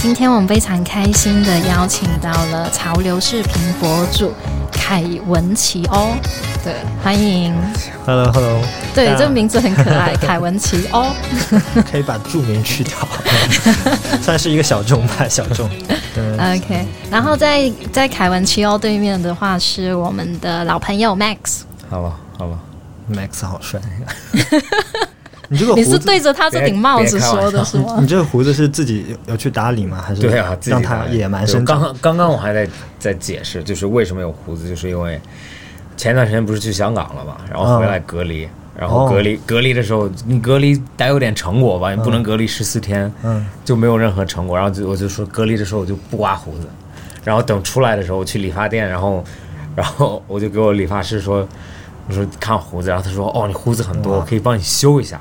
今天我们非常开心的邀请到了潮流视频博主凯文奇欧，对，欢迎。 Hello Hello，对，大家这个名字很可 爱，凯文哦奇欧。可以把著名去 掉，算是一个小众吧，小众。嗯， OK，然后在在凯文奇欧对面的话是我们的老朋友 Max，好吧好吧，Max 好帅。 你这个你是胡子，对着他这顶帽子说的是吗你？这个胡子是自己有有去打理吗？还是对啊，自己让它来野蛮对生刚长？刚刚刚我还在在解释，就是为什么有胡子，就是因为前段时间不是去香港了嘛，然后回嗯来隔离，然哦后隔离、隔离的时候，你隔离得有点成果吧，你不能隔离十四天，嗯，就没有任何成果。然后就我就说隔离的时候我就不刮胡子，然后等出来的时候我去理发店，然后然后我就给我理发师说，我说看胡子，然后他说哦你胡子很嗯多，我可以帮你修一下，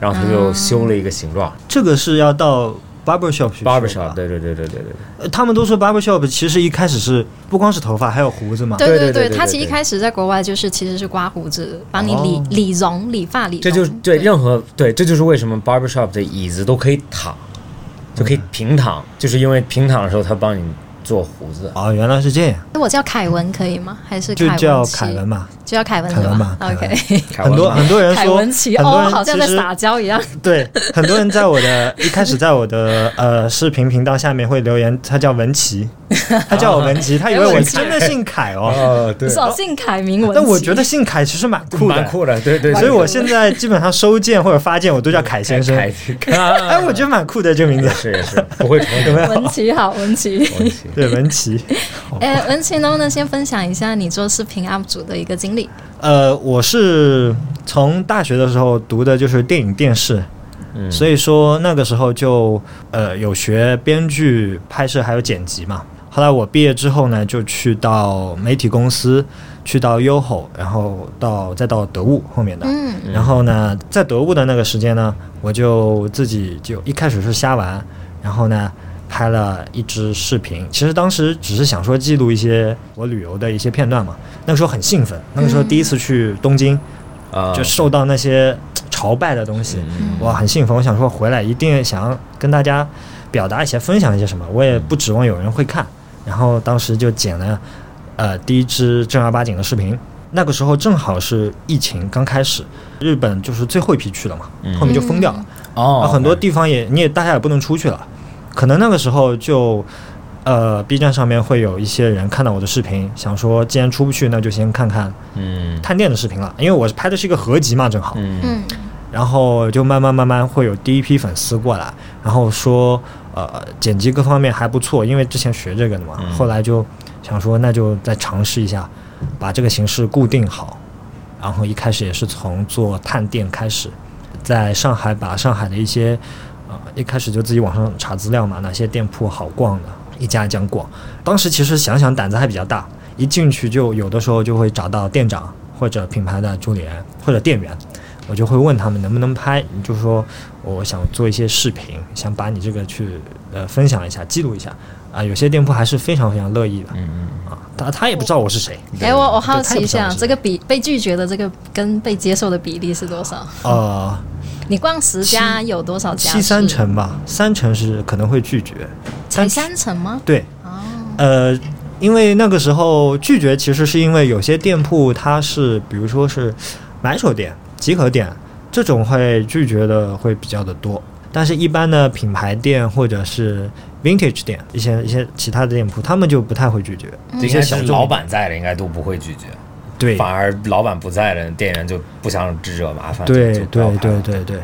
然后他就修了一个形状、这个是要到 barber shop 去 b a r b e r 修 shop，吧对对对对对对。呃他们都说 barber shop 其实一开始是不光是头发，还有胡子嘛。对对对对对，对他其实一对开始在国外就是其实是刮胡子，帮你理哦理容、理发、理容。这就对任何对，这就是为什么 barbershop 的椅子都可以躺，就可以嗯平躺，就是因为平躺的时候他帮你做胡子。哦，原来是这样，我叫凯文可以吗？还是就文叫奇凯文，嘛。就叫凯文凯文吧吧凯文 OK，凯很文多嘛很多人凯说，文奇很欧多人好像在其实撒娇一样。对，很多人在我的一开始在我的呃视频频道下面会留言，他叫文琪， 他叫我文琪，他以为我真的姓凯哦。 哦，对你是哦姓凯名文奇，但我觉得姓凯其实蛮酷蛮的，酷的，对对。所以我现在基本上收件或者发件我都叫凯先生。 凯哎，我觉得蛮酷的这个名字也。啊是也是不会重复文奇好，文 奇。东西。对，文琪。哦哎，文奇能不能先分享一下你做视频 UP 主的一个经历？呃，我是从大学的时候读的就是电影电视，嗯，所以说那个时候就呃有学编剧、拍摄还有剪辑嘛。后来我毕业之后呢，就去到媒体公司，去到优吼，然后到再到得物后面的。嗯然后呢，在得物的那个时间呢，我就自己就一开始是瞎玩，然后呢拍了一支视频。其实当时只是想说记录一些我旅游的一些片段嘛。那个时候很兴奋，那个时候第一次去东京，啊，就受到那些朝拜的东西。嗯我很兴奋，我想说回来一定想要跟大家表达一些、分享一些什么。我也不指望有人会看，然后当时就剪了呃第一支正儿八经的视频。那个时候正好是疫情刚开始，日本就是最后一批去了嘛，后面就封掉了，然嗯哦后很多地方也你也大家也不能出去了，可能那个时候就。呃，B 站上面会有一些人看到我的视频，想说既然出不去，那就先看看嗯探店的视频了，因为我是拍的是一个合集嘛，正好。嗯嗯然后就慢慢慢慢会有第一批粉丝过来，然后说呃剪辑各方面还不错，因为之前学这个的嘛，嗯后来就想说那就再尝试一下，把这个形式固定哎好。然后一开始也是从做探店开始，在上海把上海的一些呃一开始就自己网上查资料嘛，哪些店铺好逛的，一家一家逛。当时其实想想胆子还比较大，一进去就有的时候就会找到店长或者品牌的助理人或者店员，我就会问他们能不能拍，你就说我想做一些视频，想把你这个去呃分享一下，记录一下。啊，有些店铺还是非常非常乐意的嗯嗯，啊，他他也不知道我是谁，哎，我我好对太奇不一像下，是这个比被拒绝的这个跟被接受的比例是多少？呃，你逛十家有多少家？七三，成吧，三成是可能会拒绝，才但三成吗？对，哦，呃，因为那个时候拒绝其实是因为有些店铺它是，比如说是买手店、集合店这种会拒绝的会比较的多，但是一般的品牌店或者是 vintage 店，一些一些其他的店铺，他们就不太会拒绝。这应该是老板在的，应该都不会拒绝，对，反而老板不在的店员就不想只惹麻烦，对就不要对拍对了对对，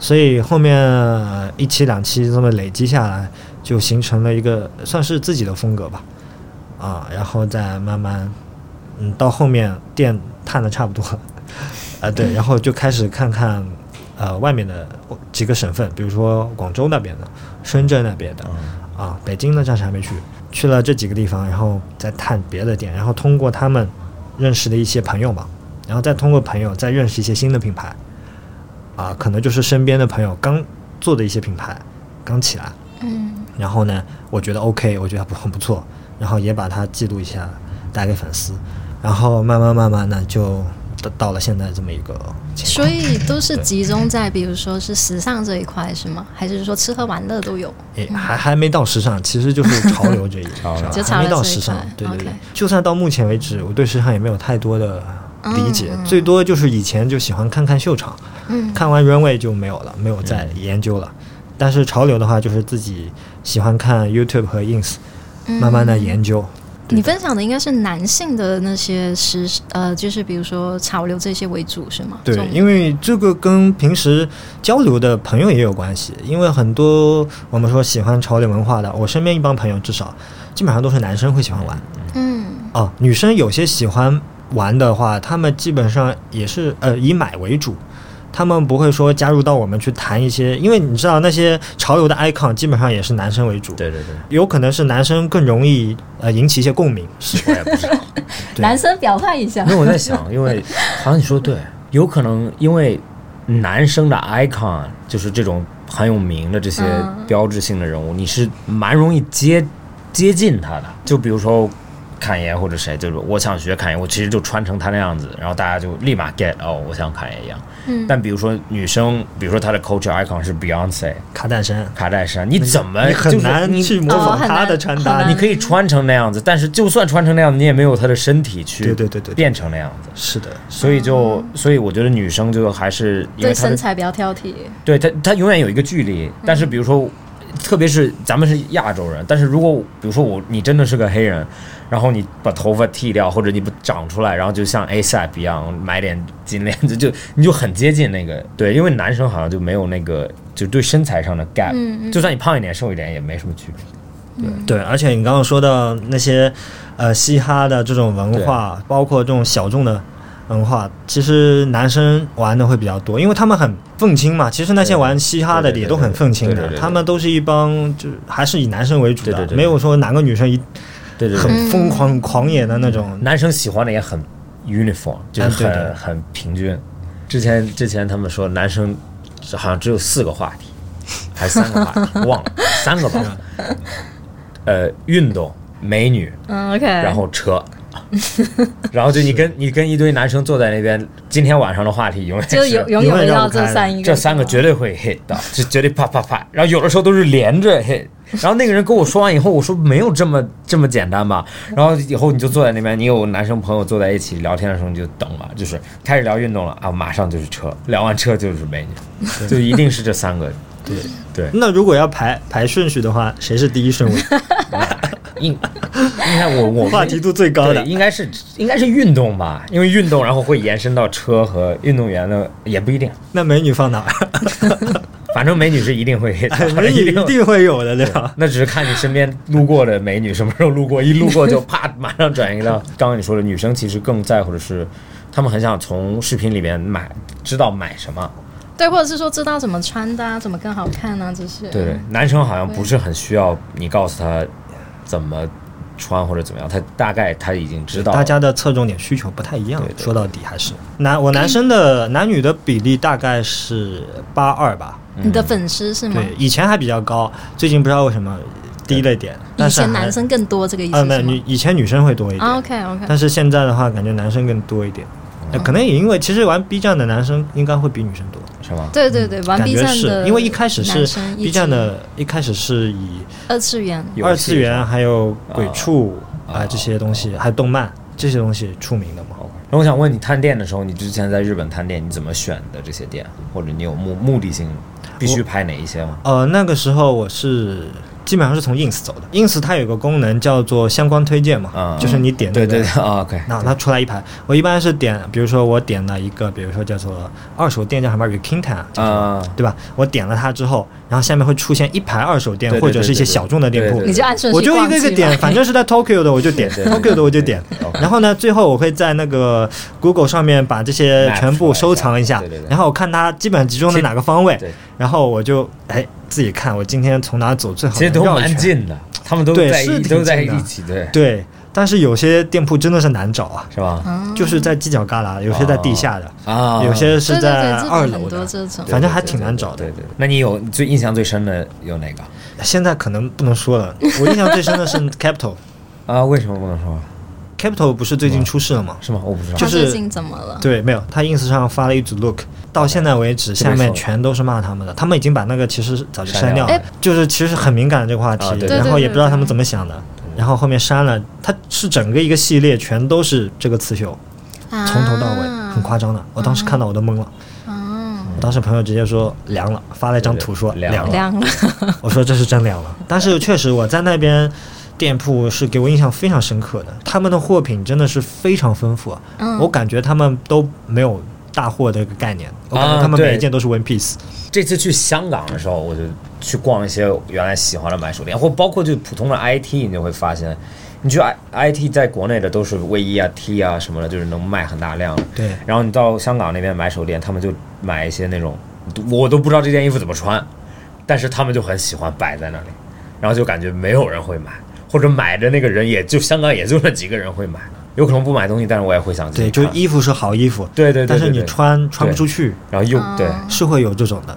所以后面呃一期两期这么累积下来，就形成了一个算是自己的风格吧，啊，然后再慢慢，嗯，到后面店探的差不多了，啊对，然后就开始看看呃外面的几个省份，比如说广州那边的、深圳那边的，啊，北京的暂时还没去，去了这几个地方，然后再探别的店，然后通过他们认识的一些朋友嘛，然后再通过朋友再认识一些新的品牌，啊，可能就是身边的朋友刚做的一些品牌刚起来，嗯然后呢，我觉得 OK，我觉得不很不错，然后也把它记录一下带给粉丝，然后慢慢慢慢呢就到到了现在这么一个情况。所以都是集中在比如说是时尚这一块是吗？还是说吃喝玩乐都有？也哎还还没到时尚，其实就是潮流 这一潮流是吧还没到时尚，对对对 OK。就算到目前为止，我对时尚也没有太多的理解嗯，嗯最多就是以前就喜欢看看秀场，嗯看完 runway 就没有了，没有再嗯研究了。但是潮流的话，就是自己喜欢看 YouTube 和 ins，慢嗯慢的研究。对你分享的应该是男性的那些时呃，就是比如说潮流这些为主是吗？对这，种因为这个跟平时交流的朋友也有关系，因为很多我们说喜欢潮流文化的，我身边一帮朋友至少基本上都是男生会喜欢玩。嗯哦，女生有些喜欢玩的话，她们基本上也是呃以买为主，她们不会说加入到我们去谈一些，因为你知道那些潮流的 icon 基本上也是男生为主，对对对，有可能是男生更容易呃引起一些共鸣，是我也不知道。对男生表态一 下因为我在想，因为好像你说对，有可能因为男生的 icon 就是这种很有名的这些嗯标志性的人物，你是蛮容易接接近他的。就比如说侃爷或者谁，就是我想学侃爷，我其实就穿成他那样子，然后大家就立马 get 哦，我想侃爷一样。嗯但比如说女生，比如说她的 culture icon 是 Beyonce 卡戴珊，卡戴珊，你怎么你就很是难你啊去模哦仿很她难的穿很搭，难你你可以穿成那样子，但是就算穿成那样子，你也没有她的身体去对对对对对变成那样子。是的，所以就，所以我觉得女生就还是因为对她身的，材比较嗯挑剔，对她她永远有一个距离。但是比如说，特别是咱们是亚洲人，但是如果比如说我你真的是个黑人，然后你把头发剃掉，或者你不长出来，然后就像 ASAP 一样买点金链子，就你就很接近那个对，因为男生好像就没有那个就对身材上的 gap，、嗯嗯就算你胖一点瘦一点也没什么区别。对，而且你刚刚说到那些，呃，嘻哈的这种文化，包括这种小众的文化，其实男生玩的会比较多，因为他们很愤青嘛。其实那些对玩嘻哈的对对也对都很愤青对对的对，对他们都是一帮就还是以男生为主对对的对，对没有说哪个女生一对对对，很疯狂、很狂野的那种。男生喜欢的也很 uniform，就是嗯对很、对很平均。之前之前他们说男生好像只有四个话题，还是三个话 题，忘了三个吧。啊呃，运动、美女，嗯 OK，哎然然后 车，然后就你跟你跟一堆男生坐在那边，今天晚上的话题永远就是永永远围绕这三个，这三个绝对会 hit 到，就绝对啪啪啪。然后有的时候都是连着 hit。然后那个人跟我说完以后，我说没有这么这么简单吧。然后以后你就坐在那边，你有男生朋友坐在一起聊天的时候，你就等吧，就是开始聊运动了啊，马上就是车，聊完车就是美女，就一定是这三个。对对，那如果要排排顺序的话，谁是第一 顺位？应应该我我话题度最高对的，应该是应该是运动吧，因为运动然后会延伸到车和运动员的也不一定，那美女放哪 儿？ 反正美女是一定会 hit 到的，哎美女定一定会有的，对吧？ 那只是看你身边路过的美女什么时候路过，一路过就啪，马上转移到。刚刚你说的，女生其实更在乎的是，她们很想从视频里面买，知道买什么。对，或者是说知道怎么穿搭，怎么更好看啊这些，对，男生好像不是很需要你告诉他怎么穿或者怎么样，他大概他已经知道了。大家的侧重点需求不太一样对，对说到底还是男我男生的男女的比例大概是八二吧，你的粉丝是吗？嗯对，以前还比较高，最近不知道为什么低了一点，以但是前还男生更多这个意啊，思没有是女吗？以前女生会多一点，啊嗯 OK OK，但是现在的话感觉男生更多一点，呃可能也因为其实玩 B 站的男生应该会比女生多，是吗？对对对，玩感 B 觉站是的，因为一开始是男生一 B 站直的，一开始是以二次元，游戏二次元还有鬼畜啊啊这些东西，还有动漫这些东西出名的嘛。那我想问你，探店的时候，你之前在日本探店，你怎么选的这些店，或者你有目目的性，必须拍哪一些吗？呃，那个时候我是基本上是从 ins 走的，ins 它有个功能叫做相关推荐嘛，啊就是你点那对个对对 啊，OK，那它出来一排，我一般是点，比如说我点了一个，比如说叫做二手店叫什么 Rekintan，叫什么啊，对吧？我点了它之后，然后下面会出现一排二手店对对或者是一些对对对小众的店铺，对对你就按顺序我就一逛个一个街点嘛，反正是在 Tokyo 的我就点对对对，Tokyo 的我就 点对对。，OK 然后呢，最后我会在那个 Google 上面把这些 Map 全部收藏一下出来一下对对，对然后我看它基本上集中在哪个方位对，然后我就哎自己看我今天从哪走最好，其实都蛮。近的，他们都对在是一挺都在近的一起，对，对，但是有些店铺真的是难找啊，是吧？嗯就是在犄角旮旯，有些在地下的，啊，有些是对对在对，日二本楼很多的，这种对反正还挺难找的对。对，对那你有最印象最深的有哪个？现在可能不能说了，我印象最深的是 Capital。啊，为什么不能说？ Capital 不是最近出事了吗？是吗？我不知道。就他是最近怎么了？对，没有，他 ins 上发了一组 look，到现在为止，就被下说面了全都是骂他们的，他们已经把那个其实早就删掉删了掉，就是其实很敏感的这个话题啊对，对然后哎对也不知道他们怎么想的，然后后面删了，它是整个一个系列全都是这个刺绣，啊从头到尾，很夸张的，我当时看到我都懵了，啊，我当时朋友直接说凉了，发了一张图说对对凉了，凉了，我说这是真凉了，但是确实我在那边。店铺是给我印象非常深刻的，他们的货品真的是非常丰富啊，嗯，我感觉他们都没有大货这个概念，啊我感觉他们每一件都是 One Piece，、这次去香港的时候，我就去逛一些原来喜欢的买手店，或包括就普通的 IT，你就会发现，你去 I IT 在国内的都是卫衣啊、T 啊什么的，就是能卖很大量。对然后你到香港那边买手店，他们就买一些那种，我都不知道这件衣服怎么穿，但是他们就很喜欢摆在那里，然后就感觉没有人会买，或者买的那个人也就香港也就那几个人会买，有可能不买东西，但是我也会想进对，去就看衣服是好衣服，对对对对但是你对穿穿不出去，然后又对是会有这种的。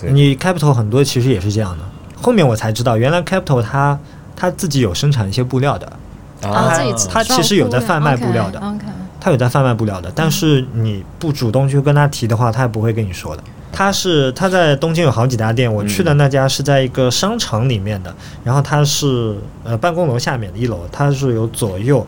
对你 Capital 很多其实也是这样的，后面我才知道，原来 Capital 它它自己有生产一些布料的，啊，它自己它其实有在贩卖布料的 o k 它有在贩卖布料的，但是你不主动去跟他提的话，他也不会跟你说的。他是他在东京有好几家店，我去的那家是在一个商场里面的，然后它是呃办公楼下面的一楼，它是有左右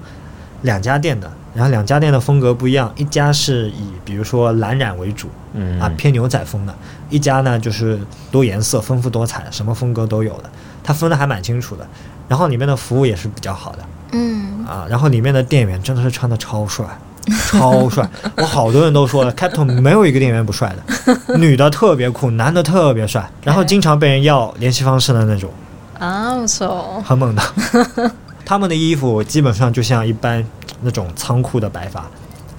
两家店的，然后两家店的风格不一样，一家是以比如说蓝染为主，嗯啊偏牛仔风的，一家呢就是多颜色、丰富多彩，什么风格都有的，它分的还蛮清楚的，然后里面的服务也是比较好的，嗯，啊，然后里面的店员真的是穿的超帅，超 帅！我好多人都说了，Captain 没有一个店员不帅 的，女的特别酷，男的特别帅，然后经常被人要联系方式的那种，啊，不错，很 猛的。他们的衣服基本上就像一般那种仓库的摆法，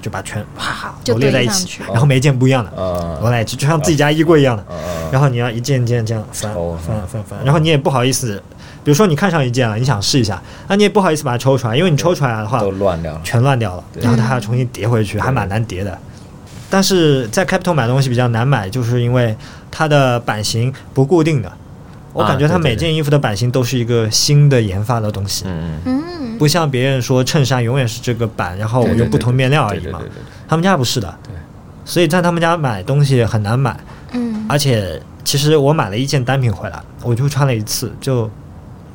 就把全哇就罗列在堆一上起去，然后每一件不一样的呃罗列一起，就像自己家衣柜一样的。呃然后你要一件一件这样翻抽翻翻翻，然后你也不好意思，比如说你看上一件了，你想试一下，那你也不好意思把它抽出来，因为你抽出来的话都乱掉了。全乱掉了，然后它还要重新叠回去，还蛮难叠的。但是在 Capital 买东西比较难买，就是因为它的版型不固定的，我啊感觉它对对每件衣服的版型都是一个新的研发的东西，嗯，嗯，不像别人说衬衫永远是这个版，然后我对对用不对同面料而对已对嘛对对。对他们家不是的，所以在他们家买东西很难买。嗯，而且其实我买了一件单品回来，我就穿了一次，就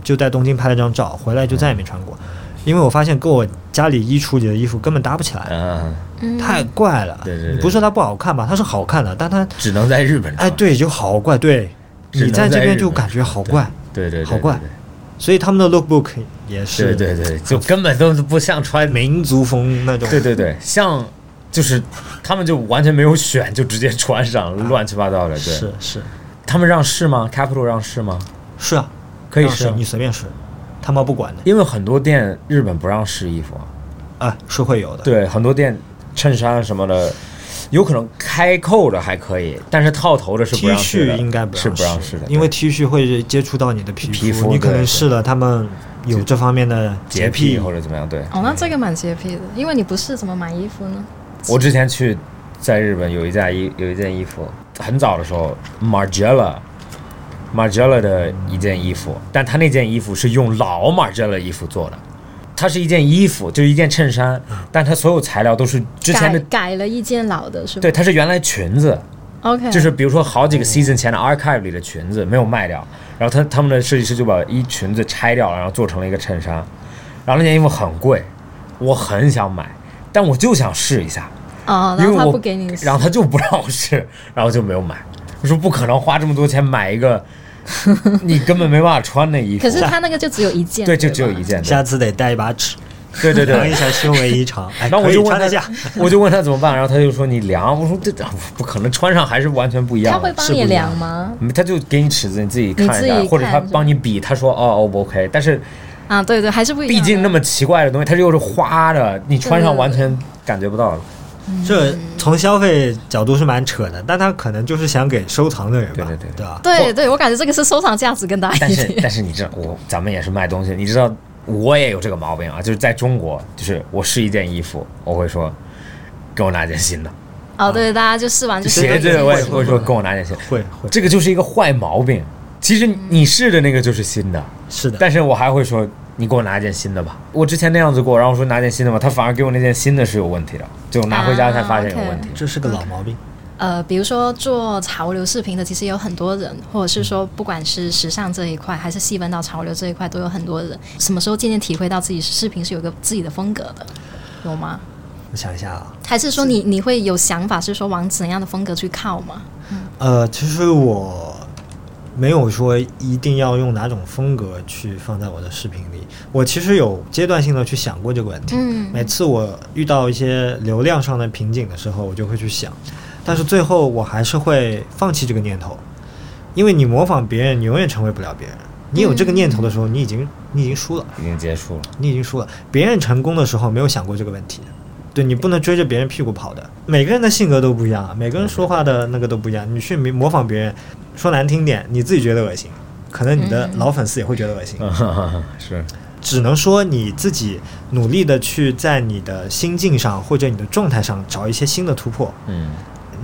就在东京拍了张照，回来就再也没穿过，因为我发现跟我家里衣橱里的衣服根本搭不起来，嗯，嗯太怪了。对对对你不是说它不好看吧，它是好看的，但它只能在日本。哎，对，就好怪，对你只能在在这边日就本感觉好怪，对对，对好怪。所以他们的 lookbook 也对是对对对，就根本都不像穿没。民族风那种，对对对，像就是他们就完全没有选，就直接穿上，乱七八糟的。对，是是他们让试吗？Capital 让试吗？是啊，可以让试试，你随便试，他们不管的因为很多店日本不让试衣服啊。啊，是会有的，对，很多店衬衫什么的，有可能开扣的还可以，但是套头的是不 T 让试恤的，应该是不让试试的，因为对 T 恤会接触到你的皮肤，皮肤你可对能对试了，他们有这方面的洁癖癖或者怎么样。对，哦，那这个蛮洁癖的，因为你不是怎么买衣服呢？我之前去在日本有一件衣有一件衣服，很早的时候，Margiela。Margiela 的一件衣服，但他那件衣服是用老 Margiela 衣服做的，它是一件衣服，就是一件衬衫，但它所有材料都是之前改的，改了一件老的是吧？对，它是原来裙子， ，OK，就是比如说好几个 season 前的 archive 里的裙子没有卖掉，然后他他们的设计师就把一裙子拆掉了，然后做成了一个衬衫，然后那件衣服很贵，我很想买，但我就想试一下，哦，因然为后他我不给你，然后他就不让我试，然后就没有买。我说不可能花这么多钱买一 个你根本没办法穿的衣服可，是他那个就只有一件，对，就吧只有一，件。下次得带一把尺，对对量对一。下胸围衣 长。哎，然后我可以就问穿他得下，，我就问他怎么办，然后他就说你量，啊我说这不可能，穿上还是完全不一样他的。会帮是不你一样量吗？嗯他就给你尺子，你自己看你一自己下，看或者他帮你比，他说哦哦不 OK，但是啊，对对，还是不一样的。毕竟那么奇怪的东西，它又是花的，你穿上对完全感觉不到的。这从消费角度是蛮扯的，但他可能就是想给收藏的人吧，对对对吧？对对，我感觉这个是收藏价值更大 但一是点。但是你知道，我咱们也是卖东西，你知道我也有这个毛病啊，就是在中国，就是我试一件衣服，我会说给我拿件新的，哦，对，大家就试完就觉鞋得子嗯我也会说给我拿件新的，会会这个就是一个坏毛病。其实你试的那个就是新的，是的，但是我还会说你给我拿件新的吧。我之前那样子过，然后我说拿件新的吧，他反而给我那件新的是有问题的，就拿回家才发现有问题。这是个老毛病。呃，比如说做潮流视频的，其实有很多人，或者是说不管是时尚这一块，还是细分到潮流这一块，都有很多人。什么时候渐渐体会到自己视频是有一个自己的风格的，有吗？我想一下啊，还是说你你会有想法，是说往怎样的风格去靠吗？呃，其实我没有说一定要用哪种风格去放在我的视频里，我其实有阶段性的去想过这个问题。嗯每次我遇到一些流量上的瓶颈的时候，我就会去想，但是最后我还是会放弃这个念头，因为你模仿别人，你永远成为不了别人。你有这个念头的时候，你已经你已经输了，已经结束了，你已经输了。别人成功的时候没有想过这个问题，对你不能追着别人屁股跑的。每个人的性格都不一样，每个人说话的那个都不一样。你去模模仿别人，说难听点，你自己觉得恶心，可能你的老粉丝也会觉得恶嗯心。 是只能说你自己努力的去在你的心境上或者你的状态上找一些新的突破。嗯，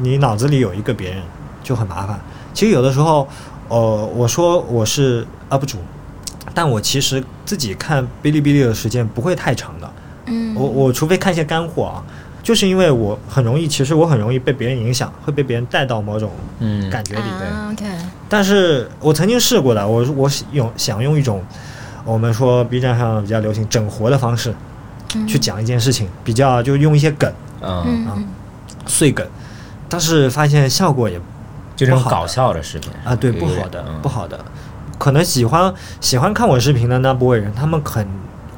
你脑子里有一个别人就很麻烦。其实有的时候，呃，我说我是 UP 主，但我其实自己看哔哩哔哩的时间不会太长的。嗯我我除非看一些干货啊，就是因为我很容易，其实我很容易被别人影响，会被别人带到某种嗯感觉里。啊，OK，但是我曾经试过的，我我用想用一种我们说 B 站上比较流行整活的方式嗯去讲一件事情，比较就用一些梗嗯，嗯嗯碎梗，但是发现效果也就这种搞笑的视频啊对有不点好的嗯不好的，可能喜欢喜欢看我视频的那波人，他们很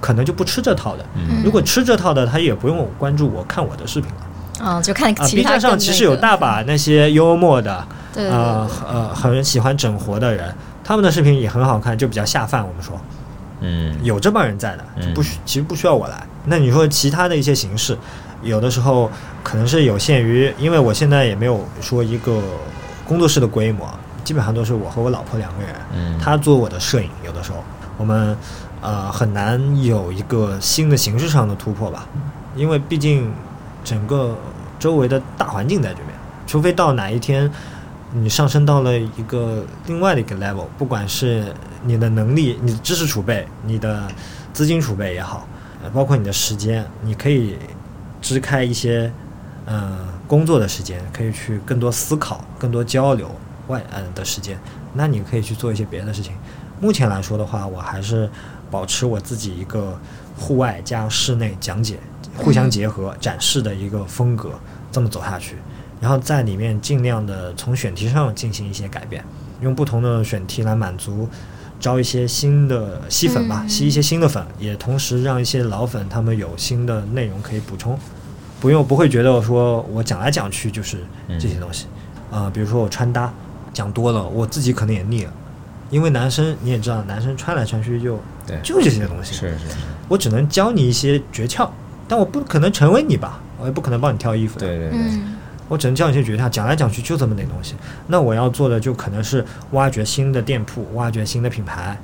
可能就不吃这套的。嗯如果吃这套的，他也不用关注我看我的视频了哦，就看啊。其 B 他站上更其那实有个大把那些幽默的，对对呃呃很喜欢整活的人，他们的视频也很好看，就比较下饭。我们说，嗯有这帮人在的，嗯就不需其实不需要我来。那你说其他的一些形式，有的时候可能是有限于，因为我现在也没有说一个工作室的规模，基本上都是我和我老婆两个人，嗯她做我的摄影，有的时候我们呃很难有一个新的形式上的突破吧，因为毕竟整个周围的大环境在这边，除非到哪一天。你上升到了一个另外的一个 level，不管是你的能力、你的知识储备、你的资金储备也好，呃包括你的时间，你可以支开一些嗯、呃工作的时间，可以去更多思考、更多交流外嗯、的时间，那你可以去做一些别的事情。目前来说的话，我还是保持我自己一个户外加室内讲解互嗯相结合展示的一个风格，这么走下去。然后在里面尽量的从选题上进行一些改变，用不同的选题来满足，招一些新的吸粉吧，嗯吸一些新的粉，也同时让一些老粉他们有新的内容可以补充，不用不会觉得说我讲来讲去就是嗯这些东西，呃，比如说我穿搭讲多了，我自己可能也腻了，因为男生你也知道，男生穿来穿去就对就这些东西，是是是，我只能教你一些诀窍，但我不可能成为你吧，我也不可能帮你挑衣服的，对对对，嗯我只能教你去诀窍，讲来讲去就这么点东西。那我要做的就可能是挖掘新的店铺，挖掘新的品牌，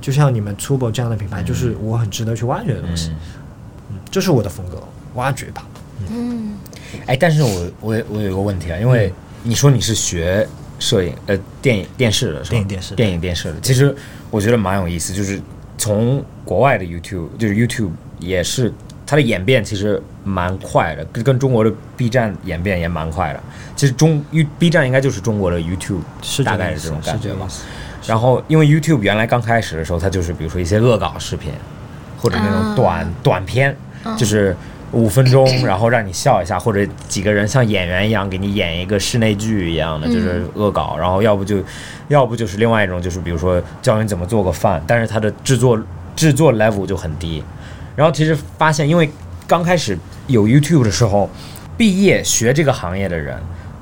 就像你们 Tubo 这样的品牌，就是我很值得去挖掘的东西。嗯。嗯，这是我的风格，挖掘吧。嗯哎，但是我我我有一个问题啊，因为你说你是学摄影呃电影电视的是吧？电影电视电影电视的，其实我觉得蛮有意思，就是从国外的 YouTube 就是 YouTube 也是它的演变其实蛮快的，跟跟中国的 B 站演变也蛮快的。其实中 U B 站应该就是中国的 YouTube，是大个概意是思这种感觉吧。是然后因为 YouTube 原来刚开始的时候，它就是比如说一些恶搞视频，或者那种啊嗯短、短片，就是五分 钟，然后让你笑一下，或者几个人像演员一样给你演一个室内剧一样的，就是嗯恶搞。然后要不就，要不就是另外一种，就是比如说教你怎么做个饭，但是它的制作制作 level 就很低。然后其实发现，因为刚开始有 YouTube 的时候，毕业学这个行业的人。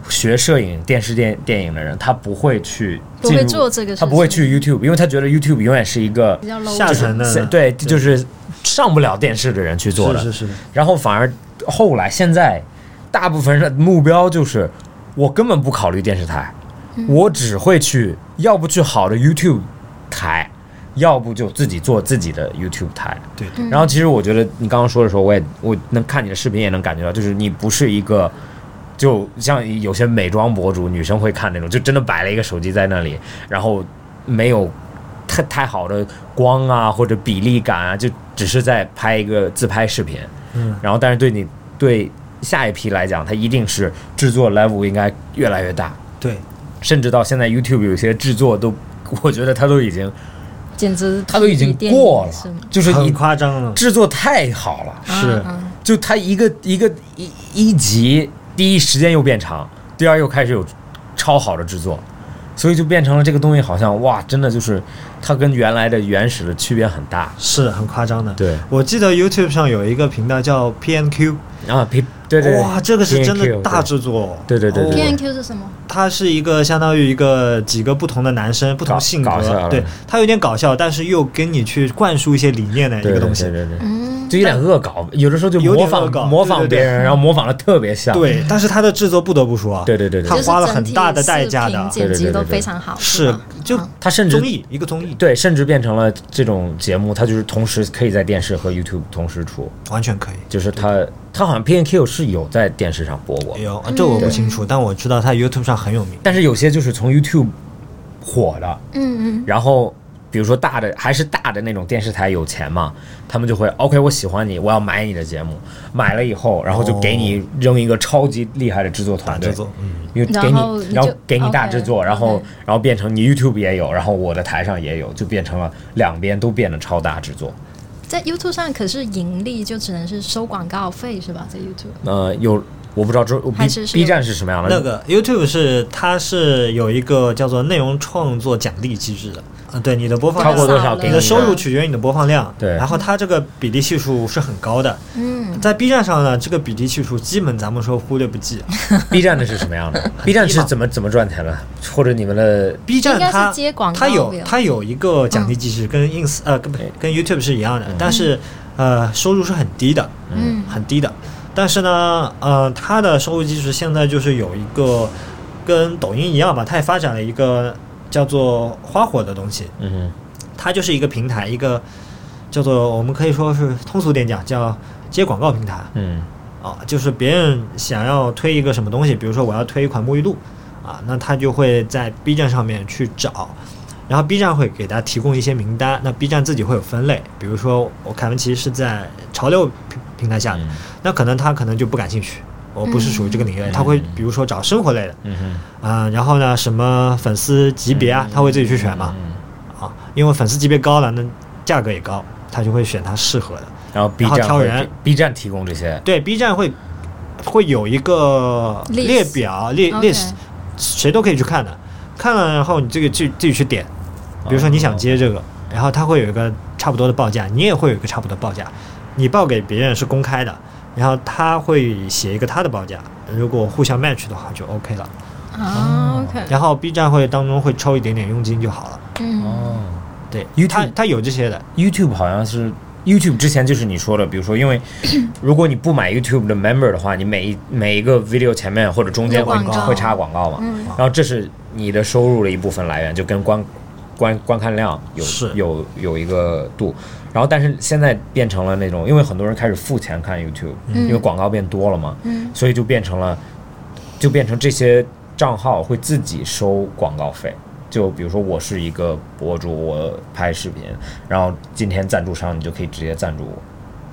学摄影、电视电电影的人，他不会去不进入，会做这个他不会事情去 YouTube，因为他觉得 YouTube 永远是一个比较这 low 下的层的对，就是上不了电视的人去做的。是是是，然后反而后来现在大部分人的目标就是，我根本不考虑电视台，我只会去，要不去好的 YouTube 台，要不就自己做自己的 YouTube 台。对对然后其实我觉得你刚刚说的时候，我也我能看你的视频也能感觉到，就是你不是一个。就像有些美妆博主，女生会看那种，就真的摆了一个手机在那里，然后没有太太好的光啊或者比例感啊，就只是在拍一个自拍视频。嗯，然后但是对你对下一批来讲，它一定是制作 level 应该越来越大，对，甚至到现在 YouTube 有些制作都， 我觉得它都已经简啊直它都已经比电影过了是吗，就是很你夸张了，制作太好了，是啊啊就它一个一个一一集，第一时间又变长，第二又开始有超好的制作，所以就变成了这个东西好像哇，真的就是它跟原来的原始的区别很大。是很夸张的。对我记得 YouTube 上有一个频道叫 PNQ，啊，皮对对对哇，这个是真 P&Q 的大对制作。哦对对对对，P 对 N Q 是什么？它是一个相当于一个几个不同的男生，不同性搞笑格，了对，它有点搞笑，但是又跟你去灌输一些理念的一对个对东西对。对对。嗯，就有点恶搞，有的时候就有模点恶仿搞模仿对对别对人，然后模仿的特别像。对，但是它的制作不得不说啊，对对对对它就对，是花了整很体大的代价视的频剪对对辑对都对对非常好，是吧就嗯他甚至综艺一个综艺，对，甚至变成了这种节目，它就是同时可以在电视和 YouTube 同时出，完全可以。就是它它好像 P N Q 是有在电视上播过哎，呦，这我不清楚，但我知道它 YouTube 上很有名。但是有些就是从 YouTube 火的，嗯嗯，然后比如说大的还是大的那种电视台有钱嘛，他们就会 OK，我喜欢你，我要买你的节目，买了以后，然后就给你扔一个超级厉害的制作大团队制，作，嗯，因为给然后你，你然后就给你大 OK，制作，然后 OK 然后变成你 YouTube 也有，然后我的台上也有，就变成了两边都变得超大制作。在 YouTube 上可是盈利就只能是收广告费是吧？在 YouTube 呃，有我不知道这还 B 是是 B 有站是什么样的？那个 YouTube 是它是有一个叫做内容创作奖励机制的，啊，对，你的播放超量过多少了给你你的收入取决于你的播放量，对然后它这个比例系数是很高的，嗯，在 B 站上呢，这个比例系数基本咱们说忽略不计。 B 站的是什么样 的？B 站是怎么怎么赚钱的？或者你们的 B 站应该是它接广告嗯它有比较它有一个奖励机制，跟 Ins 呃跟跟 YouTube 是一样的，但是呃收入是很低的，嗯很低的。但是呢，呃，它的收入机制现在就是有一个跟抖音一样吧，它也发展了一个叫做花火的东西，嗯它就是一个平台，一个叫做我们可以说是通俗点讲叫接广告平台。嗯啊，就是别人想要推一个什么东西，比如说我要推一款沐浴露，啊，那他就会在 B 站上面去找，然后 B 站会给大家提供一些名单，那 B 站自己会有分类，比如说我凯文奇是在潮流平平台下的，嗯那可能他可能就不感兴趣，我不是属于这个领域的，他会比如说找生活类的，嗯哼啊、然后呢什么粉丝级别啊，他会自己去选嘛，嗯啊，因为粉丝级别高了，那价格也高，他就会选他适合的。然后 B 然后站挑会人给 B 站提供这些，对，B 站会会有一个 List 列表列 OK list，谁都可以去看的。看了然后你这个去自己去点，比如说你想接这个，然后它会有一个差不多的报价，你也会有一个差不多的报价。你报给别人是公开的，然后他会写一个他的报价，如果互相 match 的话就 OK 了。啊 OK，然后 B 站会当中会抽一点点佣金就好了。嗯哦。对， YouTube 它它有这些的， YouTube 好像是 YouTube 之前就是你说的，比如说，因为如果你不买 YouTube 的 Member 的话，你每一每一个 video 前面或者中间有会广告会插广告嘛，嗯然后这是你的收入的一部分来源，就跟观观观看量有是有有一个度。然后，但是现在变成了那种，因为很多人开始付钱看 YouTube，、因为广告变多了嘛，嗯所以就变成了，就变成这些账号会自己收广告费。就比如说我是一个博主，我拍视频，然后今天赞助商你就可以直接赞助我，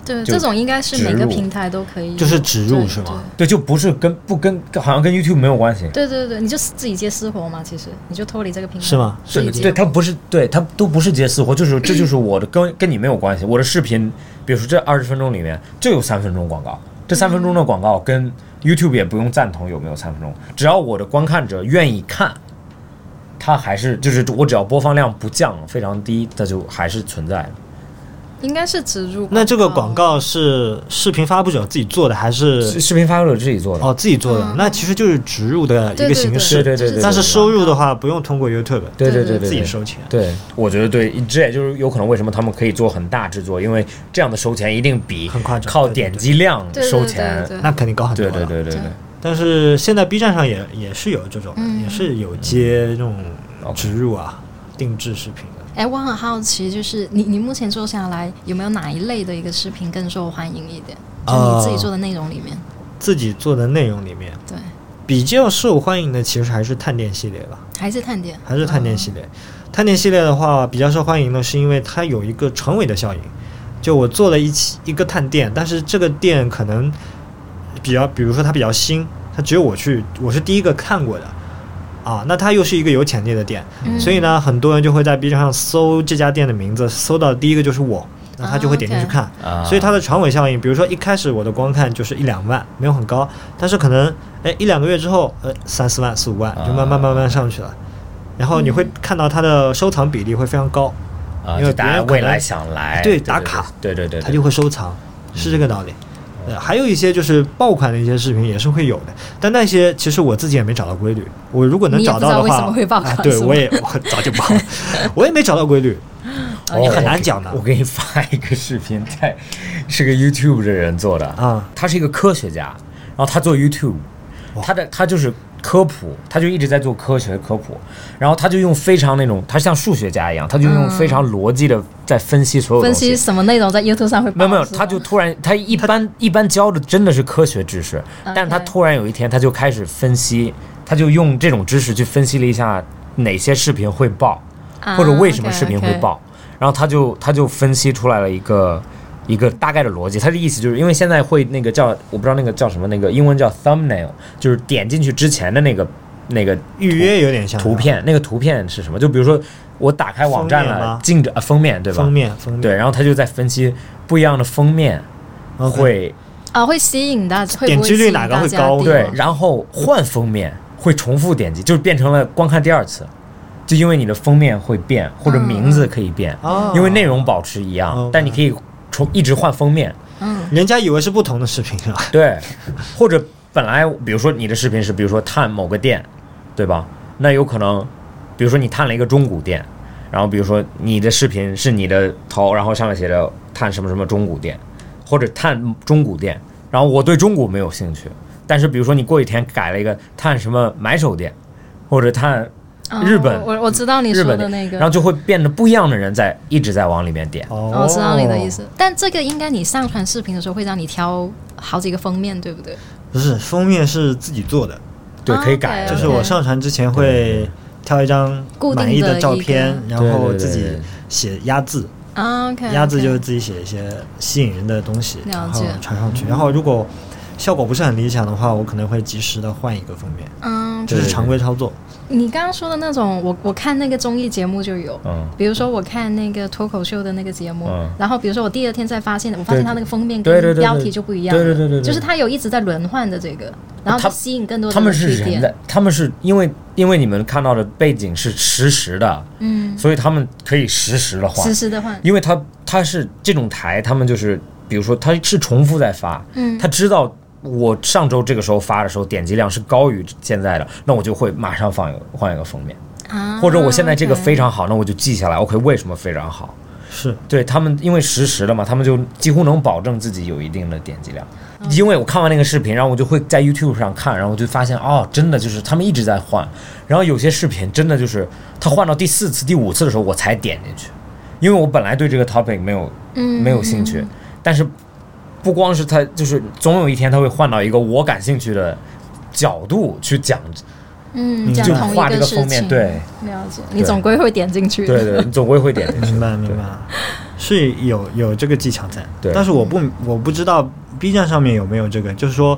对，就这种应该是每植个入平台都可以，就是植入是吗？对，就不是跟不跟好像跟 YouTube 没有关系，对对对对，你就自己接私活嘛，其实你就脱离这个平台是吗？自己接对，它不是对它都不是接私活，就是这就是我的跟跟你没有关系。我的视频，比如说这二十分钟里面就有三分钟广告，这三分钟的广告跟 YouTube 也不用赞同有没有三分钟，只要我的观看者愿意看，它还是就是我只要播放量不降非常低，它就还是存在的。应该是植入。那这个广，告是视频发布者自己做的，还视是视频发布者自己做的，哦自己做的嗯？那其实就是植入的一对个对形对式，对对对但是收入的话，话不用通过 YouTube，对对对对，自己对收钱。对，我觉得对，这也就是有可能为什么他们可以做很大制作，因为这样的收钱一定比很夸张靠对对点击量对对收对钱。对那肯定高很多对了。对对对对对但是现在 B 站上也也是有这种的，也是有接这种 OK 植入啊、定制视频的。哎，我很好奇，就是你你目前做下来有没有哪一类的一个视频更受欢迎一点？就啊你自己做的内容里面，自己做的内容里面，对，比较受欢迎的其实还是探店系列吧，还是探店，还是探店系列。探店系列的话，比较受欢迎的是因为它有一个长尾的效应，就我做了一期一个探店，但是这个店可能比较，比如说它比较新，它只有我去，我是第一个看过的。啊，那它又是一个有潜力的店，嗯所以呢，很多人就会在 B 站上搜这家店的名字，搜到第一个就是我，那他就会点进去看。啊所以它的长尾效应，比如说一开始我的观看就是一两万，没有很高，但是可能哎一两个月之后，呃三四万、四五万就慢啊慢慢慢上去了，然后你嗯会看到它的收藏比例会非常高，啊，因为就大别家人可未能来想来对打卡，对对对，对嗯它就会收藏，是这个道理。呃，还有一些就是爆款的一些视频也是会有的，但那些其实我自己也没找到规律。我如果能你也找不知到的道话，为什么会爆款啊、对是吗我也我早就爆了，我也没找到规 律。哦很难讲的我给你发一个视频，在 是个 YouTube 的人做的啊，他是一个科学家，然后他做 YouTube，哇他的他就是科普，他就一直在做科学科普，然后他就用非常那种，他像数学家一样，他就用非常逻辑的在分析所有东嗯分西析。什么内容在 YouTube 上会爆没有没有，是他吧就突然，他一般一般教的真的是科学知识，但他突然有一天，他就开始分析，他就用这种知识去分析了一下哪些视频会爆，或者为什么视频会爆，然后他就他就分析出来了一个一个大概的逻辑。他的意思就是因为现在会那个叫我不知道那个叫什么那个英文叫 thumbnail，就是点进去之前的那个那个预约有点像图片，那个图片是什么？就比如说我打开网站封面了吗，进着、啊、封面对吧？封面封面对，然后他就在分析不一样的封面 OK 会啊，会吸引大家，会点不会击率吸引哪个大会家高订对阅，然后换封面会重复点击，就是变成了观看第二次，就因为你的封面会变，或者名字可以变，嗯哦因为内容保持一样， OK 但你可以重一直换封面，嗯，人家以为是不同的视频是吧？ 对，或者本来比如说你的视频是比如说探某个店，对吧？那有可能，比如说你探了一个中古店，然后比如说你的视频是你的头，然后上面写着探什么什么中古店，或者探中古店，然后我对中古没有兴趣，但是比如说你过几天改了一个探什么买手店，或者探啊日本我我知道你日说本的店，那个，然后就会变得不一样的人在一直在往里面点。哦哦，知道你的意。思。但这个应该你上传视频的时候会让你挑好几个封面，对不对？不是，封面是自己做的，对，啊可以改的。就 OK 是我上传之前会挑一张固定的满意照片，一然后对对对自己对写压字，啊，OK，压字就是自己写一些吸引人的东西，了然后解传上去。嗯然后如果效果不是很理想的话，我可能会及时的换一个封面，嗯，这是常规操作。你刚刚说的那种，我我看那个综艺节目就有。嗯，比如说，我看那个脱口秀的那个节目，嗯然后比如说我第二天再发现，我发现对它那个封面对对跟对标对题就不一样了，对对对对对就是它有一直在轮换的这个，然后他它吸引更多的他们人是去人点在，他们是因为因为你们看到的背景是实时的，嗯，所以他们可以实时的换实，时的换，因为他他是这种台，他们就是比如说他是重复在发，嗯他知道我上周这个时候发的时候点击量是高于现在的，那我就会马上放一个换一个封面，啊，或者我现在这个 OK 非常好，那我就记下来，OK 为什么非常好？是，对他们，因为实时的嘛，他们就几乎能保证自己有一定的点击量。因为我看完那个视频，然后我就会在 YouTube 上看，然后我就发现哦，真的就是他们一直在换，然后有些视频真的就是他换到第四次、第五次的时候我才点进去，因为我本来对这个 topic 没有嗯没有兴趣，但是不光是他，就是总有一天他会换到一个我感兴趣的角度去讲，嗯，讲就同画一这个事封面，情，对了解，你总归会点进去的。对对，你总归会点进 去，明白明白，是有有这个技巧在，对但是我不我不知道 B 站上面有没有这个，就是说，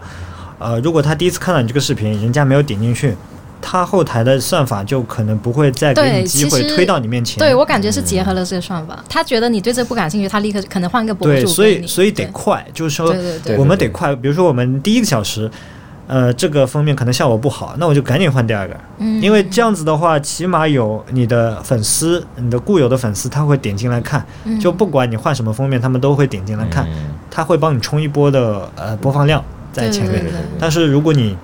呃，如果他第一次看到你这个视频，人家没有点进去，他后台的算法就可能不会再给对你机会其实推到你面前。对我感觉是结合了这个算法，他觉得你对这不感兴趣，他立刻可能换个博主给对，你。所以所以得对快，就是说对对对我们得对对快。比如说我们第一个小时，呃，这个封面可能效果不好，那我就赶紧换第二个，嗯因为这样子的话，起码有你的粉丝，你的固有的粉丝他会点进来看，嗯就不管你换什么封面，他们都会点进来看，嗯他会帮你冲一波的呃播放量在前面。对对对但是如果你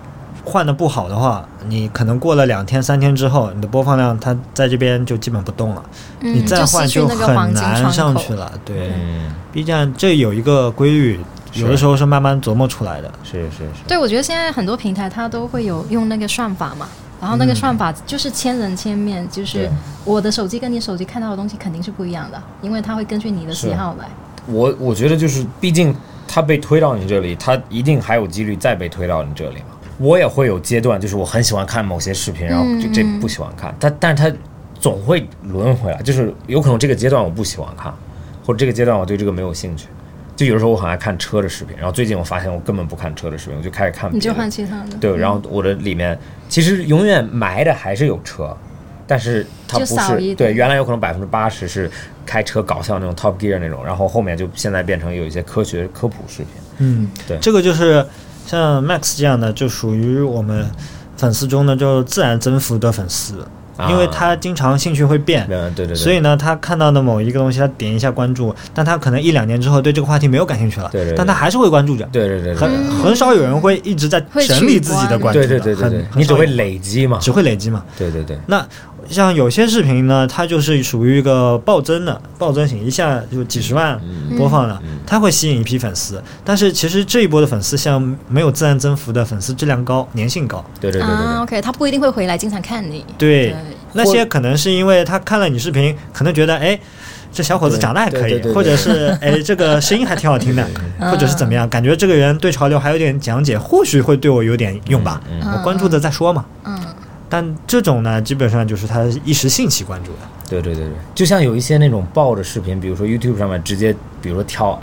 换的不好的话，你可能过了两天三天之后，你的播放量它在这边就基本不动了，嗯你再换就失去那个很黄金难窗上口去了。对、嗯， b 站这有一个规律，有的是时候是慢慢琢磨出来的。是是是，对，我觉得现在很多平台它都会有用那个算法嘛，然后那个算法就是千人千面，就是对我的手机跟你手机看到的东西肯定是不一样的，因为它会根据你的喜是好来。我我觉得就是，毕竟他被推到你这里，他一定还有几率再被推到你这里嘛。我也会有阶段，就是我很喜欢看某些视频，然后就这不喜欢看，但但是他总会轮回来，就是有可能这个阶段我不喜欢看，或者这个阶段我对这个没有兴趣。就有的时候我很爱看车的视频，然后最近我发现我根本不看车的视频，我就开始看别你的。就换其他的，嗯嗯对，然后我的里面其实永远埋的还是有车，但是它不就少是一点对原来有可能百分之八十是开车搞笑那种 Top Gear 那种，然后后面就现在变成有一些科学科普视频。嗯，对这个就是像 Max 这样的，就属于我们粉丝中呢就自然增幅的粉丝，啊因为他经常兴趣会变。嗯，对对对。所以呢，他看到的某一个东西，他点一下关注，但他可能一两年之后对这个话题没有感兴趣了，对对对但他还是会关注着。对对对对很很少有人会一直在会整理取自己的关关注对的，对对对很对，很你只少会有累积嘛？只会累积嘛。对对对，那像有些视频呢，它就是属于一个暴增的暴增型，一下就几十万嗯播放了，它会吸引一批粉丝。但是其实这一波的粉丝，像没有自然增幅的粉丝，质量高，粘性高。对对对对啊对。 ，OK，他不一定会回来经常看你。对，对那些可能是因为他看了你视频，可能觉得哎。这小伙子长得还可对对以对对，对或者 是哎，这个声音还挺好听的，或者是怎么样？感觉这个人对潮流还有点讲解，或许会对我有点用吧。嗯我关注的再说嘛。嗯，但这种呢，基本上就是他一时兴起关注的。对对对对，就像有一些那种爆的视频，比如说 YouTube 上面直接，比如说跳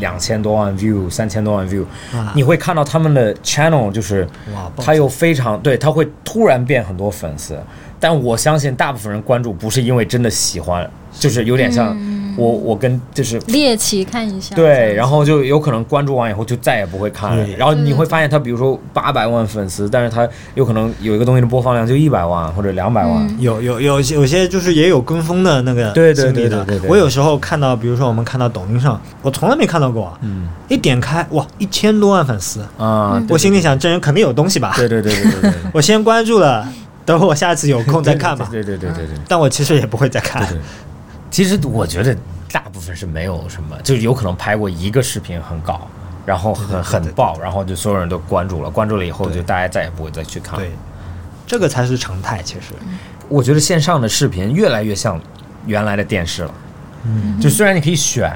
两千多万 view、三千多万 view，、啊你会看到他们的 channel 就是哇爆他有非常对，他会突然变很多粉丝，但我相信大部分人关注不是因为真的喜欢，就是有点像我我跟就是猎奇看一下。这样对，子然后就有可能关注完以后就再也不会看了对。然后你会发现他，比如说八百万粉丝，但是他有可能有一个东西的播放量就一百万或者两百万。有有有些有些就是也有跟风的那个对对经对历的对对对。我有时候看到，比如说我们看到抖音上，我从来没看到过啊。嗯，一点开哇，一千多万粉丝，啊、对我心里想，这人肯定有东西吧？对对对对对对对，我先关注了，等 我下次有空再看吧。对对对对对对。但我其实也不会再看。啊其实我觉得大部分是没有什么，就有可能拍过一个视频很搞，然后很很爆，然后就所有人都关注了，关注了以后就大家再也不会再去看。对，，这个才是常态。其实，我觉得线上的视频越来越像原来的电视了。嗯，就虽然你可以选，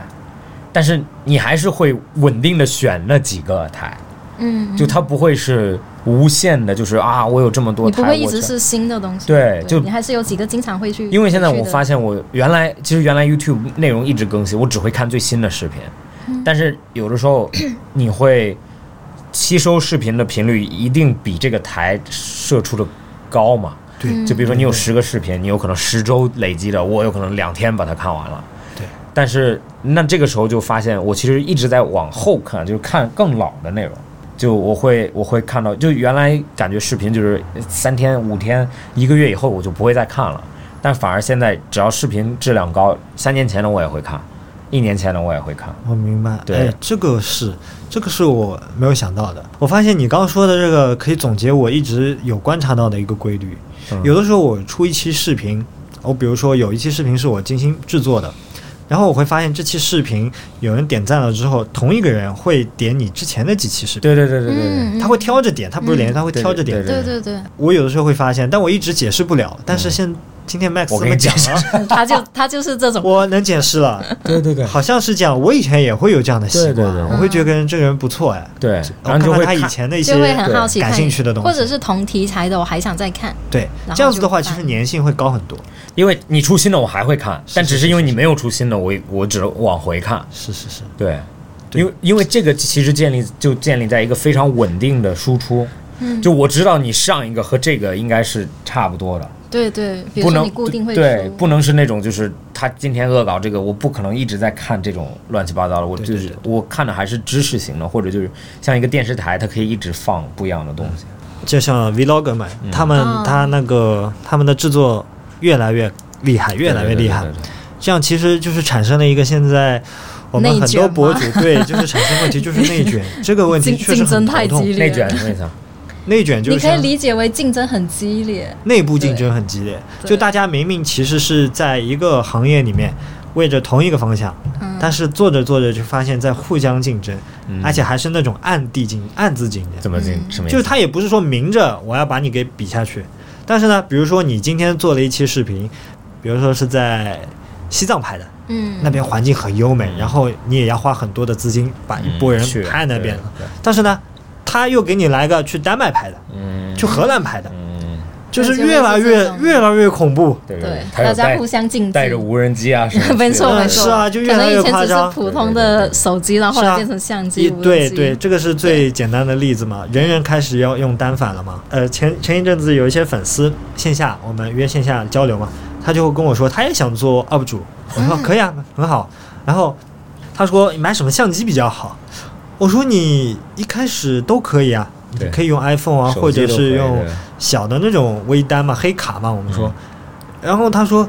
但是你还是会稳定的选那几个台，嗯，就它不会是无限的，就是啊，我有这么多你台，不会一我直全是新的东西。对就你还是有几个经常会去。因为现在去我的发现，我原来其实原来 YouTube 内容一直更新，我只会看最新的视频，嗯但是有的时 候你会吸收视频的频率一定比这个台射出的高嘛？对就比如说你有十个视频，你有可能十周累积的，我有可能两天把它看完了。对，但是那这个时候就发现，我其实一直在往后看，就是看更老的内容。就我会我会看到，就原来感觉视频就是三天五天一个月以后我就不会再看了，但反而现在只要视频质量高，三年前的我也会看，一年前的我也会看。我明白。对哎，这个是这个是我没有想到的。我发现你刚说的这个可以总结我一直有观察到的一个规律。嗯有的时候我出一期视频，我比如说有一期视频是我精心制作的，然后我会发现这期视频有人点赞了之后，同一个人会点你之前的几期视频，对对对对对对。嗯，嗯他会挑着点，他不是连着，他会对挑着点。嗯对对对对，我有的时候会发现，但我一直解释不了。但是现今天 Max 嗯我这给么你 讲解了，他就他就是这种。我能解释了。对对对好像是这样，我以前也会有这样的习惯，对对对我会觉得这个人不错哎，对，我然后看你就看会他以看前的一些就会很好奇感看兴趣的东西，或者是同题材的，我还想再看。对然后这样子的话，就其实看粘性会高很多。因为你出新的我还会看，但只是是因为你没有出新的，我我只能往回看。是是是，对，对因为因为这个其实建立就建立在一个嗯非常稳定的输出，就我知道你上一个和这个应该是差不多的，对对，比如不说能你固定会对，出不能是那种就是他今天恶搞这个，我不可能一直在看这种乱七八糟的，我就是对我看的还是知识型的，或者就是像一个电视台，它可以一直放不一样的东西。就像 Vlog 们，嗯他们啊他那个他们的制作越来越厉害，越来越厉害对。对对对这样其实就是产生了一个现在我们内很卷多博吗主对，就是产生问题就是内 卷这个问题竞确实竞很争头太激痛。烈，内卷是内卷，嗯内卷就你是可以像理解为竞争很激烈，内部竞争很激烈，对就大家明明其实是在一个行业里面为着同一个方向，嗯，但是做着做着就发现在互相竞争，嗯而且还是那种暗地竞暗自竞争。怎么进嗯什么意就是思？他也不是说明着我要把你给比下去，但是呢，比如说你今天做了一期视频，比如说是在西藏拍的，嗯，那边环境很优美，然后你也要花很多的资金把一波人嗯嗯去拍那边了，对对但是呢，他又给你来个去丹麦拍的，嗯，去荷兰拍的，嗯，就是越来越越来越恐怖。对嗯对，还大有家带互相竞带着争。无人机啊什么之类的， 没错嗯没是错，啊就越可能来越以前夸只张是普通的手机，然后后是啊来变成相机一，无人对机对，这个是最简单的例子嘛。人人开始要用单反了嘛。呃，前前一阵子有一些粉丝线下我们约线下交流嘛，他就跟我说他也想做 UP 主，我说可以啊，很好。然后他说你买什么相机比较好？我说你一开始都可以啊，你对可以用 iPhone 啊，手机或者都可以是用对嗯小的那种微单嘛，黑卡嘛，我们说。然后他说，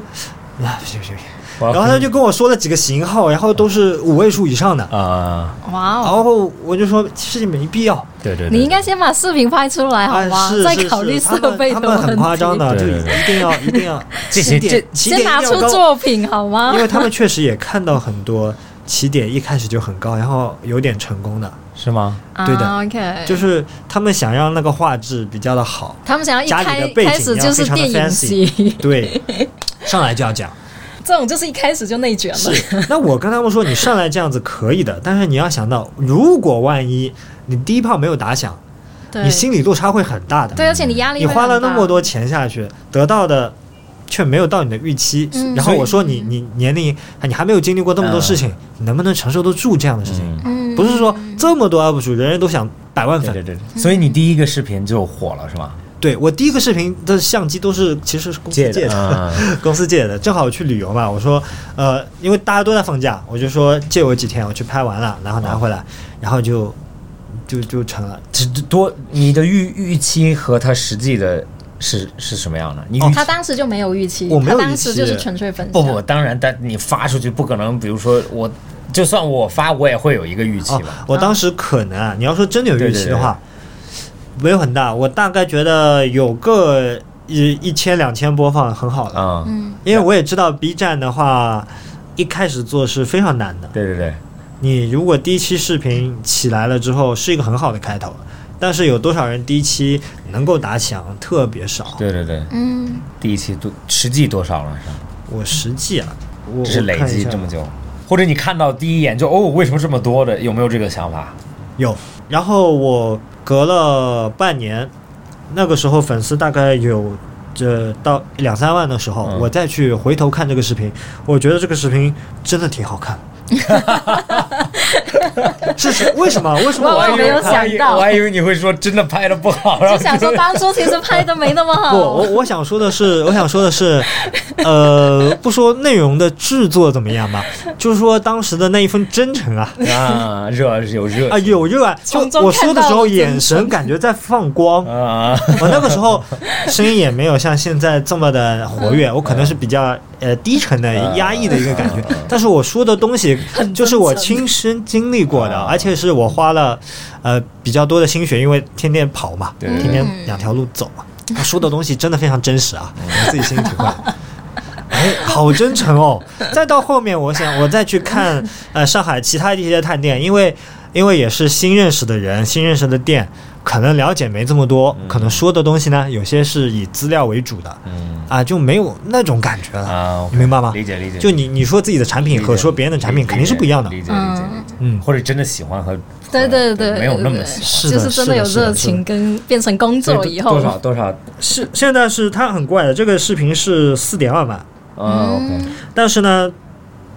啊，不行不行，不行我要然后他看就跟我说了几个型号，然后都是五位数以上的。啊，哇然哦！后我就说其实没必要，对对，对你应该先把视频拍出来好啊吗？是啊再是考虑是他设们备他的们很问夸张题。的，就对对一定要一定 要这起些点这 起先点拿一定出啊要高，作品好吗因？为 他们确实也看到很多起点一开始就很高，然后有点成功的，是吗？对的啊，OK，就是他们想让那个画质比较的好，他们想要一家里开的背景开始要就非是常的电影 fancy 系， 对，上来就要讲。这种就是一开始就内卷了。是，那我跟他们说，你上来这样子可以的，但是你要想到，如果万一你第一炮没有打响，对你心理落差会很大的。对，而且你压力你会花很了那大么多钱下去，得到的却没有到你的预期。嗯然后我说你你年龄，啊你还没有经历过那么多事情，你能不能承受得住这样的事情？嗯，嗯不是说这么多 UP 主人人都想百万对粉。对对，对所以你第一个视频就火了是吗？对我第一个视频的相机都是其实是公司借的，啊 公司借的。正好我去旅游嘛，我说呃，因为大家都在放假，我就说借我几天，我去拍完了，然后拿回来，然后就就就成了。这这多你的预预期和他实际的是是什么样的？哦你预期、他当时就没有预期，我没有他预当期时就是纯粹分享。不不，当然，但你发出去不可能，比如说我，就算我发，我也会有一个预期哦吧。，我当时可能啊，你要说真的有预对对期对的话，没有很大，我大概觉得有个一一千两千播放很好了，啊、嗯，因为我也知道 B 站的话，一开始做是非常难的。对对对，你如果第一期视频起来了之后，是一个很好的开头，但是有多少人第一期能够打响，特别少。对对对，嗯，第一期多实际多少了是吧？我实际啊，我这是我累看一积下这么久，或者你看到第一眼就哦，为什么这么多的？有没有这个想法？有，然后我隔了半年，那个时候粉丝大概有这到两三万的时候，嗯我再去回头看这个视频，我觉得这个视频真的挺好看。是是为什么？为什么我我还要没有我还以想到我还以为你会说真的拍的不好，然后就想说当初其实拍的没那么不，我好，我想说的是，我想说的是，呃，不说内容的制作怎么样吧，就是说当时的那一份真诚啊， 啊热有热啊，有热爱。就嗯从中我说看的到时候，了真眼神感觉在放光，啊， 我那个时候声音也没有像现在这么的活 跃，我可能是比较呃低沉的、嗯压抑的一个感觉嗯嗯。但是我说的东西很就是我真诚亲身经历过的，嗯而且是我花了呃比较多的心血，因为天天跑嘛，对嗯对天天两条路走嘛。他说的东西真的非常真实嗯啊，我自己心里体会。 哎，好真诚哦！再到后面，我想我再去 看呃上海其他一些探店，因为因为也是新认识的人，新认识的店，可能了解没这么多，可能说的东西呢，有些是以资料为主的，嗯啊，就没有那种感觉了，啊，OK，你明白吗？理解理解，就你你说自己的产品和理解说别人的产品理解肯定是不一样的理，解理解嗯理解，嗯或者真的喜欢和呃对对对，没有对那么对喜是欢。就的是真是的有是的热是的情跟变成工作以后多，少多少，是现在是它很怪的，这个视频是四点二万，嗯但是呢，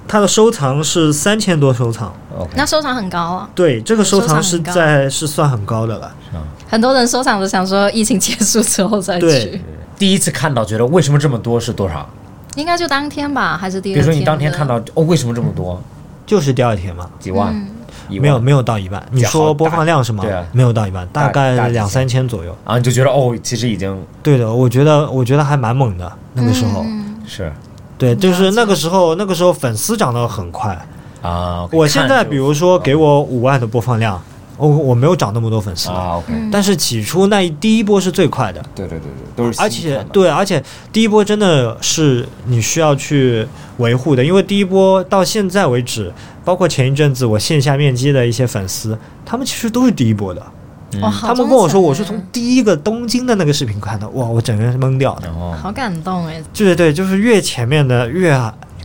它的收藏是三千多收藏， ，OK OK，那收藏很高啊。对，这个收藏是收藏很高在是算很高的了。很多人收藏着想说疫情结束之后再对去，第一次看到觉得为什么这么多是多少？应该就当天吧，还是第比二如说天的？你当天看到哦，为什么这么多？就是第二天嘛，几万？嗯一万没有没有到一半。你好说大播放量是吗？对啊没有到一半，大大大概几两千三千左右。啊，你就觉得哦，其实已经对的，我觉得我觉得还蛮猛的那个时候。是对，就嗯了是解那个时候，那个时候粉丝涨得很快。啊。我现在比如说给我我五万的播放量，我我没有涨那么多粉丝的，嗯啊，OK，嗯但是起初那一第一波是最快的，对对对对，都是而新且看的对，而且第一波真的是你需要去维护的，因为第一波到现在为止，包括前一阵子我线下面基的一些粉丝，他们其实都是第一波的，哇，他好们忠跟我说诚我是哎从第一个东京的那个视频看的，哇，我整个人是懵掉的。然后好感动哎。对对对，就是越前面的越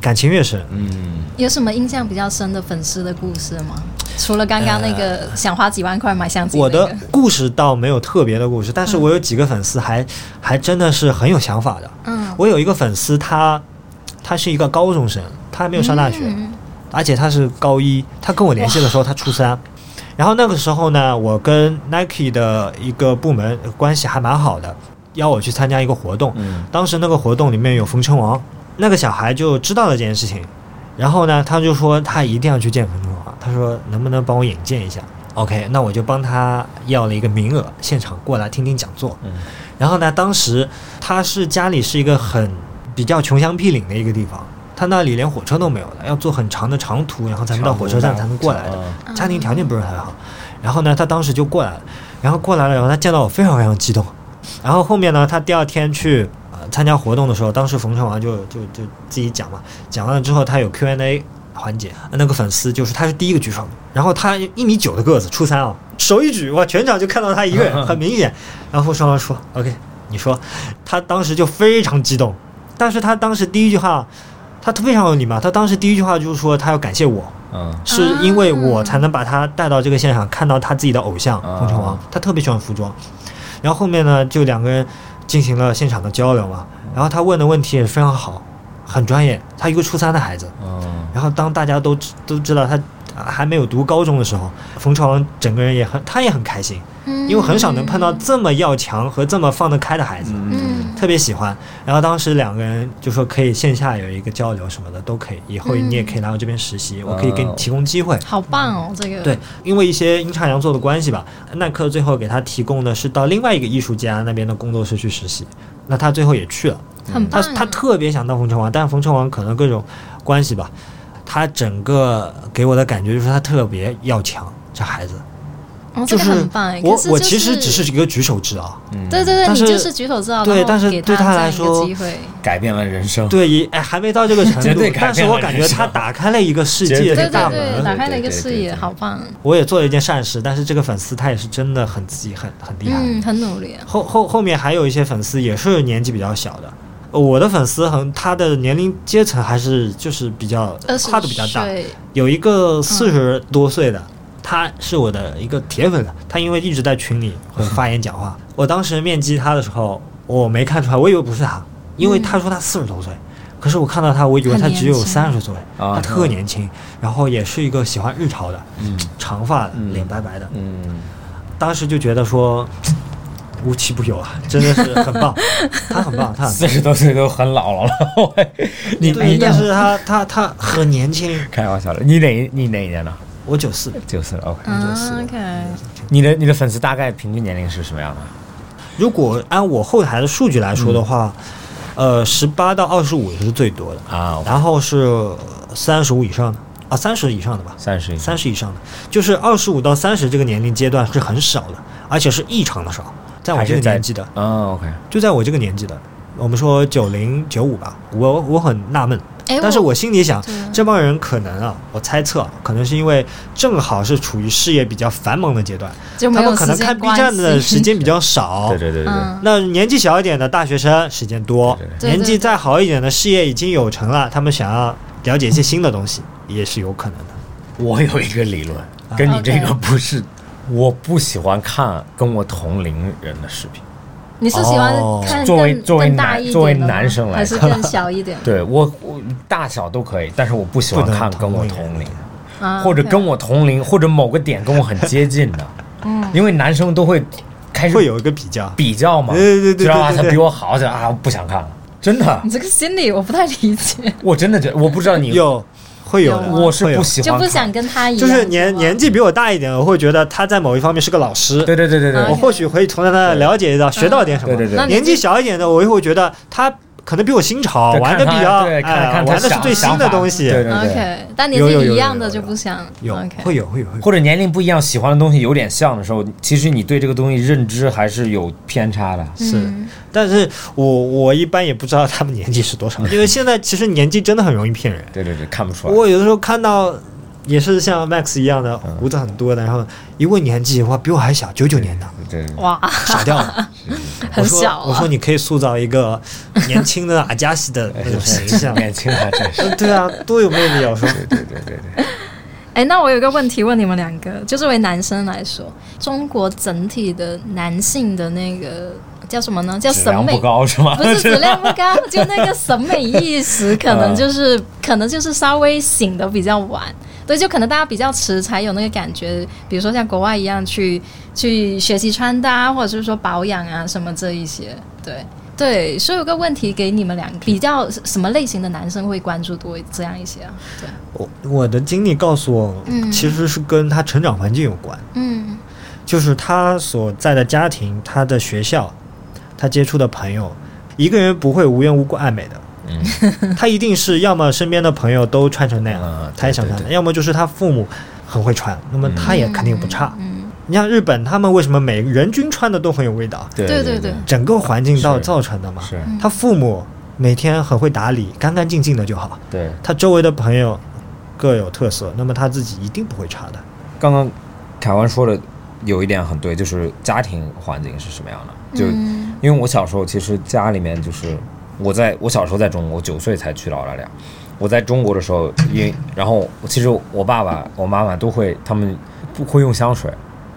感情越深。嗯，有什么印象比较深的粉丝的故事吗？除了刚刚那个想花几万块买相机、呃那我个，的故事倒没有特别的故事，但是我有几个粉丝还还真的是很有想法的。嗯，我有一个粉丝他，他是一个高中生，他还没有上大学，嗯而且他是高一。他跟我联系的时候，他初三。然后那个时候呢，我跟 Nike 的一个部门关系还蛮好的，邀我去参加一个活动。嗯当时那个活动里面有冯成王，那个小孩就知道了这件事情，然后呢，他就说他一定要去见冯成王，他说能不能帮我引荐一下？OK，那我就帮他要了一个名额，现场过来听听讲座。嗯然后呢，当时他是家里是一个很比较穷乡僻岭的一个地方，他那里连火车都没有的，要坐很长的长途，然后才能到火车站啊才能过来的。的，家庭条件不是很好。然后呢，他当时就过来了，然后过来了，然后他见到我非常非常激动。然后后面呢，他第二天去呃参加活动的时候，当时冯成王就就就自己讲嘛，讲完了之后他有 Q&A 环节，呃那个粉丝就是他是第一个举手的，然后他一米九的个子，初三啊，手一举哇，全场就看到他一个人，很明显。然后冯成王说：“OK，你说。”他当时就非常激动，但是他当时第一句话，他非常有礼貌，他当时第一句话就是说他要感谢我，嗯是因为我才能把他带到这个现场，看到他自己的偶像啊冯成王，他特别喜欢服装。然后后面呢，就两个人进行了现场的交流嘛。然后他问的问题也非常好，很专业。他一个初三的孩子，嗯，然后当大家都知都知道他还没有读高中的时候，冯成王整个人也很，他也很开心，因为嗯很少能碰到这么要强和这么放得开的孩子。嗯特别喜欢。然后当时两个人就说可以线下有一个交流什么的都可以，以后你也可以来我这边实习，我可以给你提供机会。好棒嗯哦，这个对，因为一些阴差阳错的关系吧，耐克最后给他提供的是到另外一个艺术家那边的工作室去实习，那他最后也去了。很他棒。啊他特别想当冯成王，但是冯成王可能各种关系吧，他整个给我的感觉就是他特别要强，这孩子。哦，这就个是很棒哎。我可是我就其实只是一个举手之劳，嗯对对对，但你是就是举手之劳，对然后但是给对他他这来样一个说机会，改变了人生，对，也哎还没到这个程嗯 绝度对，改但是变我了感人觉生他打开了一个世绝界对的对大对，门。打开了对一对个对视对野，对好棒。我也做了一件善事，但是这个粉丝他也是真的很自己很很厉害。嗯，很努力啊。后后后面还有一些粉丝也是年纪比较小的，呃我的粉丝很他的年龄阶层还是就是比较二十跨度比较大，岁有一个四十多岁嗯的，他是我的一个铁粉，他因为一直在群里会发言讲嗯话。我当时面基他的时候，我没看出来，我以为不是他，因为他说他四十多岁，可是我看到他，我以为他只有嗯很年轻三十岁，啊他特年轻，然后也是一个喜欢日潮的，嗯长发的，嗯脸白白的，嗯，当时就觉得说。无奇不有啊，真的是很 棒，他很棒，他很四十多岁都很老了， 你对你但是他他他很年轻，开玩笑了，你哪你哪一年的？我九四，九四 OK，嗯啊，OK，你的你的粉丝大概平均年龄是什么样的？如果按我后台的数据来说的话，呃，十八到二十五是最多的，啊，然后是三十五以上的啊，三十以上的吧，三十，三十以上的，就是二十五到三十这个年龄阶段是很少的，而且是异常的少，在我还这是个在年纪的，啊，OK，就在我这个年纪的，我们说九零九五吧，我我很纳闷，哎，但是我心里想对，这帮人可能啊，我猜测啊可能是因为正好是处于事业比较繁忙的阶段，就没他有们可能时间看 B 关站的系时间比较少，对对对对对， 嗯那年纪小一点的大学生时间多对对，对年纪再好一点的事业已经有成了，他们想要了解一些新的东西，也是有可能的。我有一个理论，啊跟你这个不是，我不喜欢看跟我同龄人的视频。你是喜欢哦看作为更作为更大男一点作为的吗男生来还是看更小一点 对我我大小都可以，但是我不喜欢看跟我同龄，啊？或者 OK 嗯跟我同龄，或者某个点跟我很接近的，因为男生都会开始会有一个比较。比较嘛，对对对对知道吧？对对他对比我好，就啊，我不想看了，真的，你这个心理我不太理解，我真的觉嗯得，我不知道你，有会有的，有吗我是会有不喜欢就看，不想跟他一样，就是年吗年纪比我大一点，我会觉得他在某一方面是个老师，对对对对我嗯对，或许可以从他那了解到、学到点什么。对对对那你年纪小一点的，我又会觉得他可能比我新潮，对玩的看比他较对看哎看他玩的是想最新的想法东西。对对对。 OK，但年有有有纪一有样有的就有不想有 OK，会有会有会有，或者年龄不一样，喜欢的东西有点像的时候，其实你对这个东西认知还是有偏差嗯的。是，但是我我一般也不知道他们年纪是多 少，因为现在其实年纪真的很容易骗 人。对对对，看不出来。我有的时候看到也是像 Max 一样的胡子很多的，然后一问年纪，哇，比我还小，九九 年的，对对对，哇，傻掉了。我很说小我说啊。你可以塑造一个年轻的阿加西 的那种形象哎年轻啊，真是。对啊，多有魅力啊！我说，对对对对哎，那我有个问题问你们两个，就作为男生来说，中国整体的男性的那个叫什么呢？叫对，质审量美不高是吗？不是质量不高，就那个审美意识，可能啊就是可能就是稍微醒的比较晚，对，就可能大家比较迟才有那个感觉，比如说像国外一样去去学习穿搭，或者是说保养啊什么这一些，对对，所以有个问题给你们两个，比较什么类型的男生会关注多这样一些啊？对，我我的经历告诉我，嗯其实是跟他成长环境有关，嗯就是他所在的家庭、他的学校、他接触的朋友，一个人不会无缘无故爱美的。他一定是要么身边的朋友都穿成那样，嗯他也想穿对对嗯那样要么就是他父母很会穿，那么他也肯定不差。嗯，你像日本，他们为什么每人均穿的都很有味道？对对对对整个环境造是造成的嘛。是，他父母每天很会打理，干干净净的就好。对。他周围的朋友各有特色，那么他自己一定不会差的。刚刚凯文说的有一点很对，就是家庭环境是什么样的。就嗯因为我小时候其实家里面就是我在我小时候在中国，我九岁才去了澳大利亚。我在中国的时候，因为然后其实我爸爸、我妈妈都会，他们不会用香水，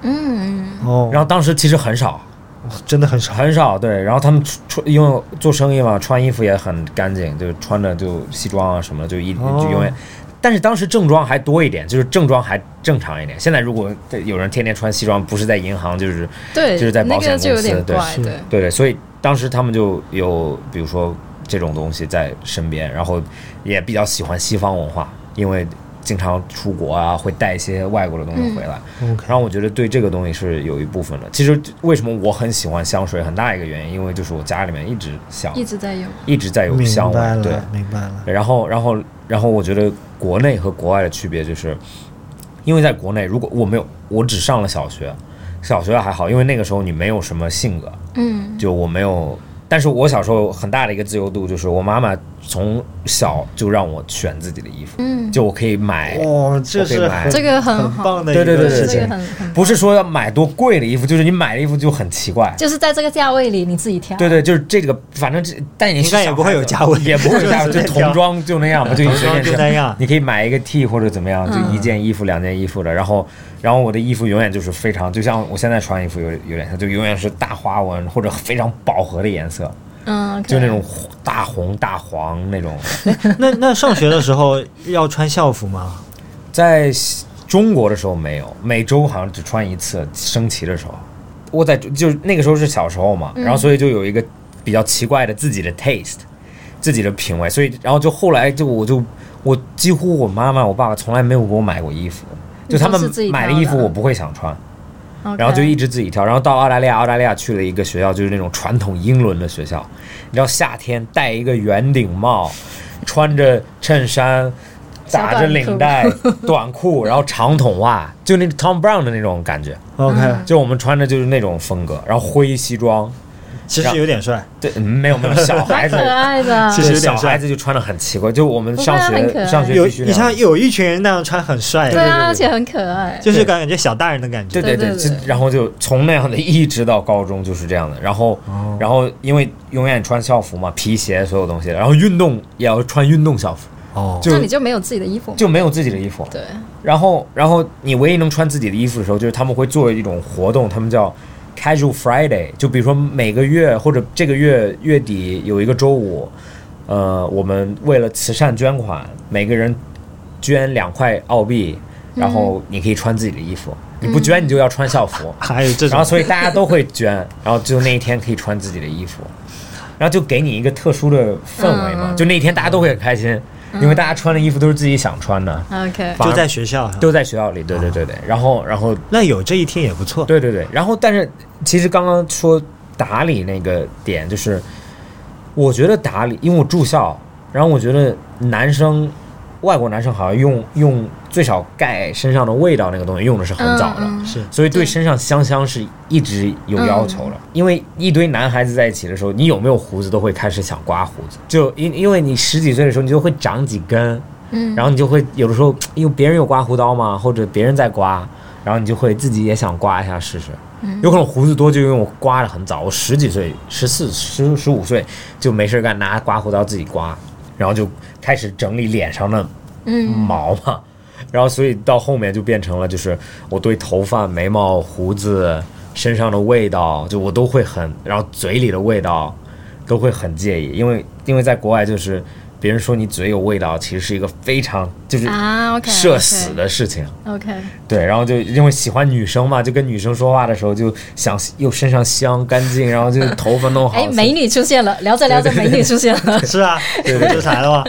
嗯哦，然后当时其实很少，后真的很少。很少对。然后他们穿因为做生意嘛，穿衣服也很干净，就穿着就西装啊什么的，就一哦就永远。但是当时正装还多一点，就是正装还正常一点。现在如果这有人天天穿西装，不是在银行就是对，就是在保那险个就有公司点对怪，是对，对对，所以当时他们就有比如说这种东西在身边，然后也比较喜欢西方文化，因为经常出国啊，会带一些外国的东西回来。 OK，然后我觉得对这个东西是有一部分的。其实为什么我很喜欢香水，很大一个原因，因为就是我家里面一直香，一直在用，一直在有明香白味。对，了，明白了。然后然后然后我觉得国内和国外的区别就是，因为在国内，如果我没有，我只上了小学，小学还好，因为那个时候你没有什么性格，嗯就我没有，但是我小时候很大的一个自由度就是我妈妈从小就让我选自己的衣服，嗯，就我可以买，哦，这哎我可是以买很这个很很好。棒的一对对个对事对这情个。很很不是说要买多贵的衣服，就是你买的衣服就很奇怪。就是在这个价位里你自己挑。对对，就是这个，反正这但你应该也不会有价位也不会有价位， 就就是童装就那样嘛，就你童随装便就挑那 样，嗯你可以买一个 T 或者怎么样，就一件衣服、两件衣服的。然后，然后我的衣服永远就是非常，就像我现在穿衣服有有点像，就永远是大花纹或者非常饱和的颜色，嗯，就那种大红大黄那种。那那上学的时候要穿校服吗？在中国的时候没有，每周好像只穿一次，升旗的时候。我在就是那个时候是小时候嘛，嗯然后所以就有一个比较奇怪的自己的 taste，自己的品味，所以然后就后来就我就我几乎我妈妈我爸爸从来没有给我买过衣服，就他们你都是自己挑的买的衣服我不会想穿， OK，然后就一直自己挑，然后到澳大利亚，澳大利亚去了一个学校，就是那种传统英伦的学校，你知道夏天戴一个圆顶帽，穿着衬衫，打着领带， 短裤，然后长筒袜，就那 Tom Brown 的那种感觉，嗯？OK，就我们穿的就是那种风格，然后灰西装，其实有点帅。对，嗯没有没有小孩 蛮子可。爱的其。实有小点帅孩子就穿的很奇怪，就我们不会上啊很可学爱上学有嗯必须你那样像有一群人那样穿很帅，对啊，对对对而且很可爱。就是感觉小大人的感觉。对对对，对就对然后就从那样的一直到高中就是这样的，然后、然后因为永远穿校服嘛，皮鞋所有东西，然后运动也要穿运动校服，哦，就那你就没有自己的衣服吗？就没有自己的衣服。对，然后然后你唯一能穿自己的衣服的时候，就是他们会做一种活动，他们叫 Casual Friday，就比如说每个月或者这个月月底有一个周五，呃，我们为了慈善捐款，每个人捐两块澳币。然嗯后你可以穿自己的衣服，你不捐你就要穿校 服，还有这然种后所以大家都会捐， 然后就那一天可以穿自己的衣服，然后就给你一个特殊的氛围嗯嘛，就那一天大家都会很开心，因为大家穿的衣服都是自己想穿的， OK，就在学校上，都在学校里，对对对对，然后然后那有这一天也不错。对对对，然后但是其实刚刚说打理那个点，就是我觉得打理，因为我住校，然后我觉得男生，外国男生好像用用最少盖身上的味道那个东西用的是很早的，嗯嗯是所以对对身上香香是一直有要求的，因为一堆男孩子在一起的时候，你有没有胡子都会开始想刮胡子，就因因为你十几岁的时候，你就会长几根，嗯然后你就会有的时候，因为别人有刮胡刀嘛，或者别人在刮，然后你就会自己也想刮一下试试。有可能胡子多，就因为我刮的很早，我十几岁、十四、十十五岁就没事干，拿刮胡刀自己刮，然后就开始整理脸上的嗯毛嘛， 然后所以到后面就变成了，就是我对头发、眉毛、胡子、身上的味道，就我都会很，然后嘴里的味道都会很介意，因为因为在国外就是别人说你嘴有味道，其实是一个非常就是啊，OK，社死的事情。 OK，对，然后就因为喜欢女生嘛，就跟女生说话的时候就想又身上香干净，然后就头发弄好。 哎，美女出现了，聊着聊着美女出现 了，是啊，不就是来了吗？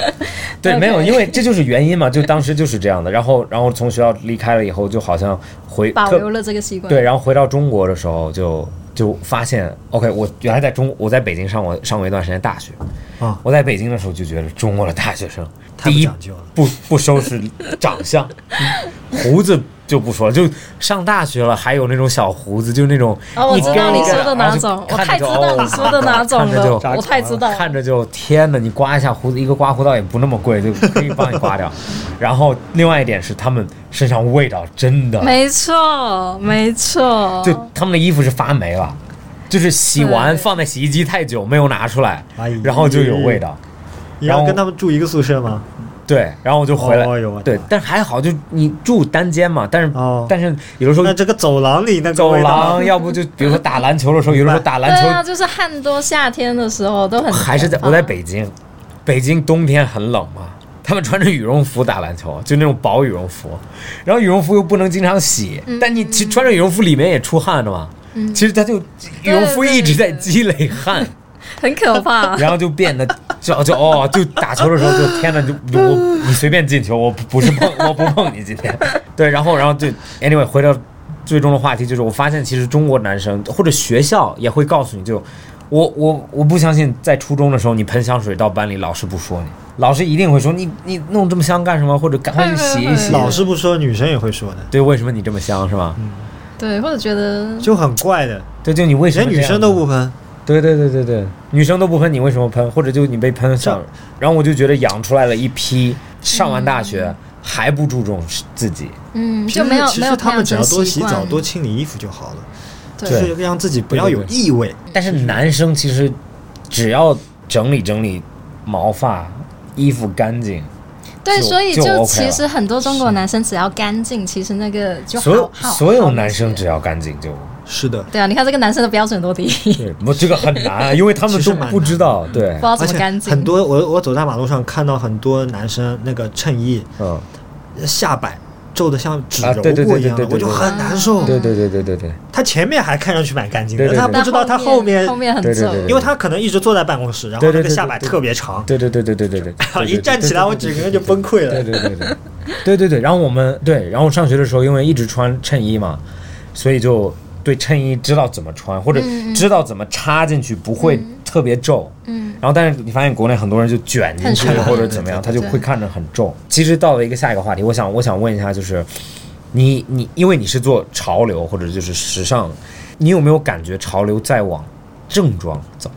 对，没有， OK 因为这就是原因嘛，就当时就是这样的。然后，然后从学校离开了以后，就好像回保特留了这个习惯。对，然后回到中国的时候就就发现，OK，我原来在中我在北京上过上过一段时间大学，啊我在北京的时候就觉得中国的大学生太不第一讲究了不不收拾长相， 胡子就不说了，就上大学了还有那种小胡子，就那种哦，我一知根道一你根说的然后哪就种，我看太着知就道哦你说的哪种看着了，就我太知道了。看着就天哪！你刮一下胡子，一个刮胡刀也不那么贵，就可以帮你刮掉。然后另外一点是，他们身上味道真的没错，没错，就他们的衣服是发霉了，就是洗完对放在洗衣机太久没有拿出来哎，然后就有味道。你然要后跟他们住一个宿舍吗？对，然后我就回来。哦呦我的对妈，但还好，就你住单间嘛，但是、哦但是有的时那候这个走廊里那个走味道 廊，要不就比如说打篮球的时候，有的时候打对篮球、啊，就是汗多，夏天的时候都很还是在头发我在北京，北京冬天很冷嘛，他们穿着羽绒服打篮球，就那种薄羽绒服，然后羽绒服又不能经常洗，但你其实穿着羽绒服里面也出汗的嘛，其实它就羽绒服一直在积累汗，。很可怕 然后就变得就就哦，就打球的时候就天呐，就就我你随便进球，我不不是碰我不碰你今天， 对，然后然后就 anyway 回到最终的话题就是，我发现其实中国男生或者学校也会告诉你就。我我我不相信，在初中的时候你喷香水到班里，老师不说你，老师一定会说你你弄这么香干什么，或者赶快去洗一洗。老师不说，女生也会说的，对，为什么你这么香是吧？嗯对，或者觉得就很怪的。对，就你为什人么女这样生呢都不喷，对对对对对，女生都不喷，你为什么喷？或者就你被喷上，然后我就觉得养出来了一批上完大学、还不注重自己，嗯，其实就没有其没实有他们只要多洗培养澡、成习惯多清理衣服就好了，就对是让自己不要有对对异味。但是男生其实只要整理整理毛发、衣服干净，对，就所以就 OK 了其实很多中国男生只要干净，其实那个就所有好好所有好男生一些只要干净就。是的，对啊，你看这个男生的标准多低，不对，我这个很难，因为他们其实都蛮不知道。对知，道而怎么且干净。很多我我走在马路上看到很多男生那个衬衣嗯，下摆皱的像纸啊揉对对过对一样的，对对我就对很啊难受。对对对对对对他前面还看上去蛮干净的，对对但他对不知道他但后面，后面很对对皱对，对因为他可能一直坐在办公室，然后对那对个对下摆对对特别长，。对对对对对对对对一站起来我整个人就崩溃了对对对对 对对对对。然后我们对，然后上学的时候因为一直穿衬衣嘛，所以就对衬衣知道怎么穿，或者知道怎么插进去不会特别皱。嗯，然后但是你发现国内很多人就卷进去很长或者怎么样，他对就对会看着很皱。其实到了一个下一个话题，我想我想问一下就是。你你，因为你是做潮流或者就是时尚，你有没有感觉潮流在往正装走，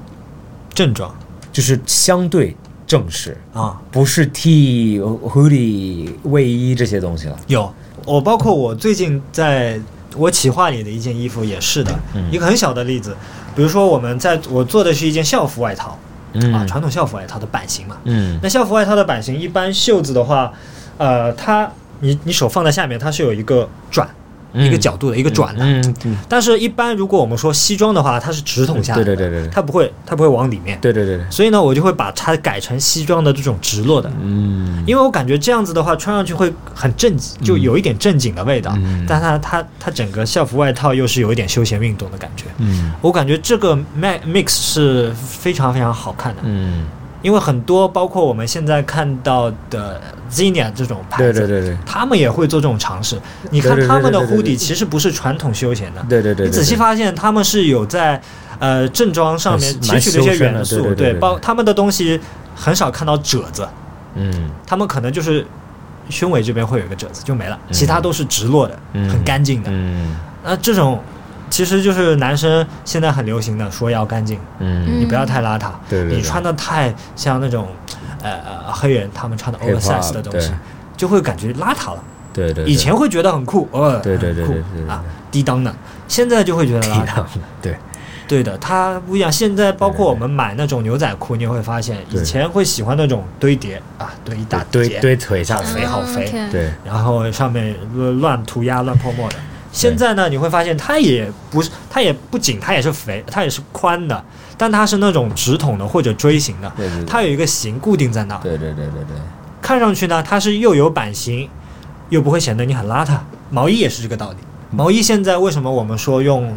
症状就是相对正式，啊不是 T、hoodie、卫衣这些东西了。有。我哦包括我最近在我企划里的一件衣服也是的，嗯一个很小的例子，比如说我们在我做的是一件校服外套啊，嗯传统校服外套的版型嘛，嗯那校服外套的版型，一般袖子的话，呃，它你你手放在下面，它是有一个转，嗯一个角度的一个转的。嗯，嗯但是，一般如果我们说西装的话，它是直筒下的，对对对对对它不会，它不会往里面。对对对对，所以呢，我就会把它改成西装的这种直落的，嗯，因为我感觉这样子的话，穿上去会很正，就有一点正经的味道。嗯但它它它整个校服外套又是有一点休闲运动的感觉。嗯我感觉这个 ma- mix 是非常非常好看的，嗯，因为很多包括我们现在看到的 Zinia 这种牌对子，对对对他们也会做这种尝试。你看对对对他们的对对对 hoodie 其实不是传统休闲的，对对对，你仔细对，发现他们是有在呃正装上面蛮提取了一些修身的元素，对对对对对包他们的东西很少看到褶子，嗯他们可能就是胸围这边会有一个褶子就没了，嗯其他都是直落的，嗯很干净的。嗯那、这种其实就是男生现在很流行的说要干净，嗯你不要太邋遢，对对对你穿的太像那种呃呃黑人他们穿的 Hip-hop， oversize 的东西对，就会感觉邋遢了。对对，对以前会觉得很酷，呃，对对对很酷对对对对啊，低档的，现在就会觉得邋遢。 对对的，它不一样。现在包括我们买那种牛仔裤，你也会发现，对以前会喜欢那种堆叠啊，堆一大嗯堆叠，堆腿上好肥肥，好肥 OK 对然后上面乱涂鸦、乱泼墨的。现在呢，你会发现它也不是，它也不仅它也是肥，它也是宽的，但它是那种直筒的或者锥形的，对对对它有一个型固定在那儿，对对对对对，看上去呢，它是又有版型，又不会显得你很邋遢。毛衣也是这个道理。嗯毛衣现在为什么我们说用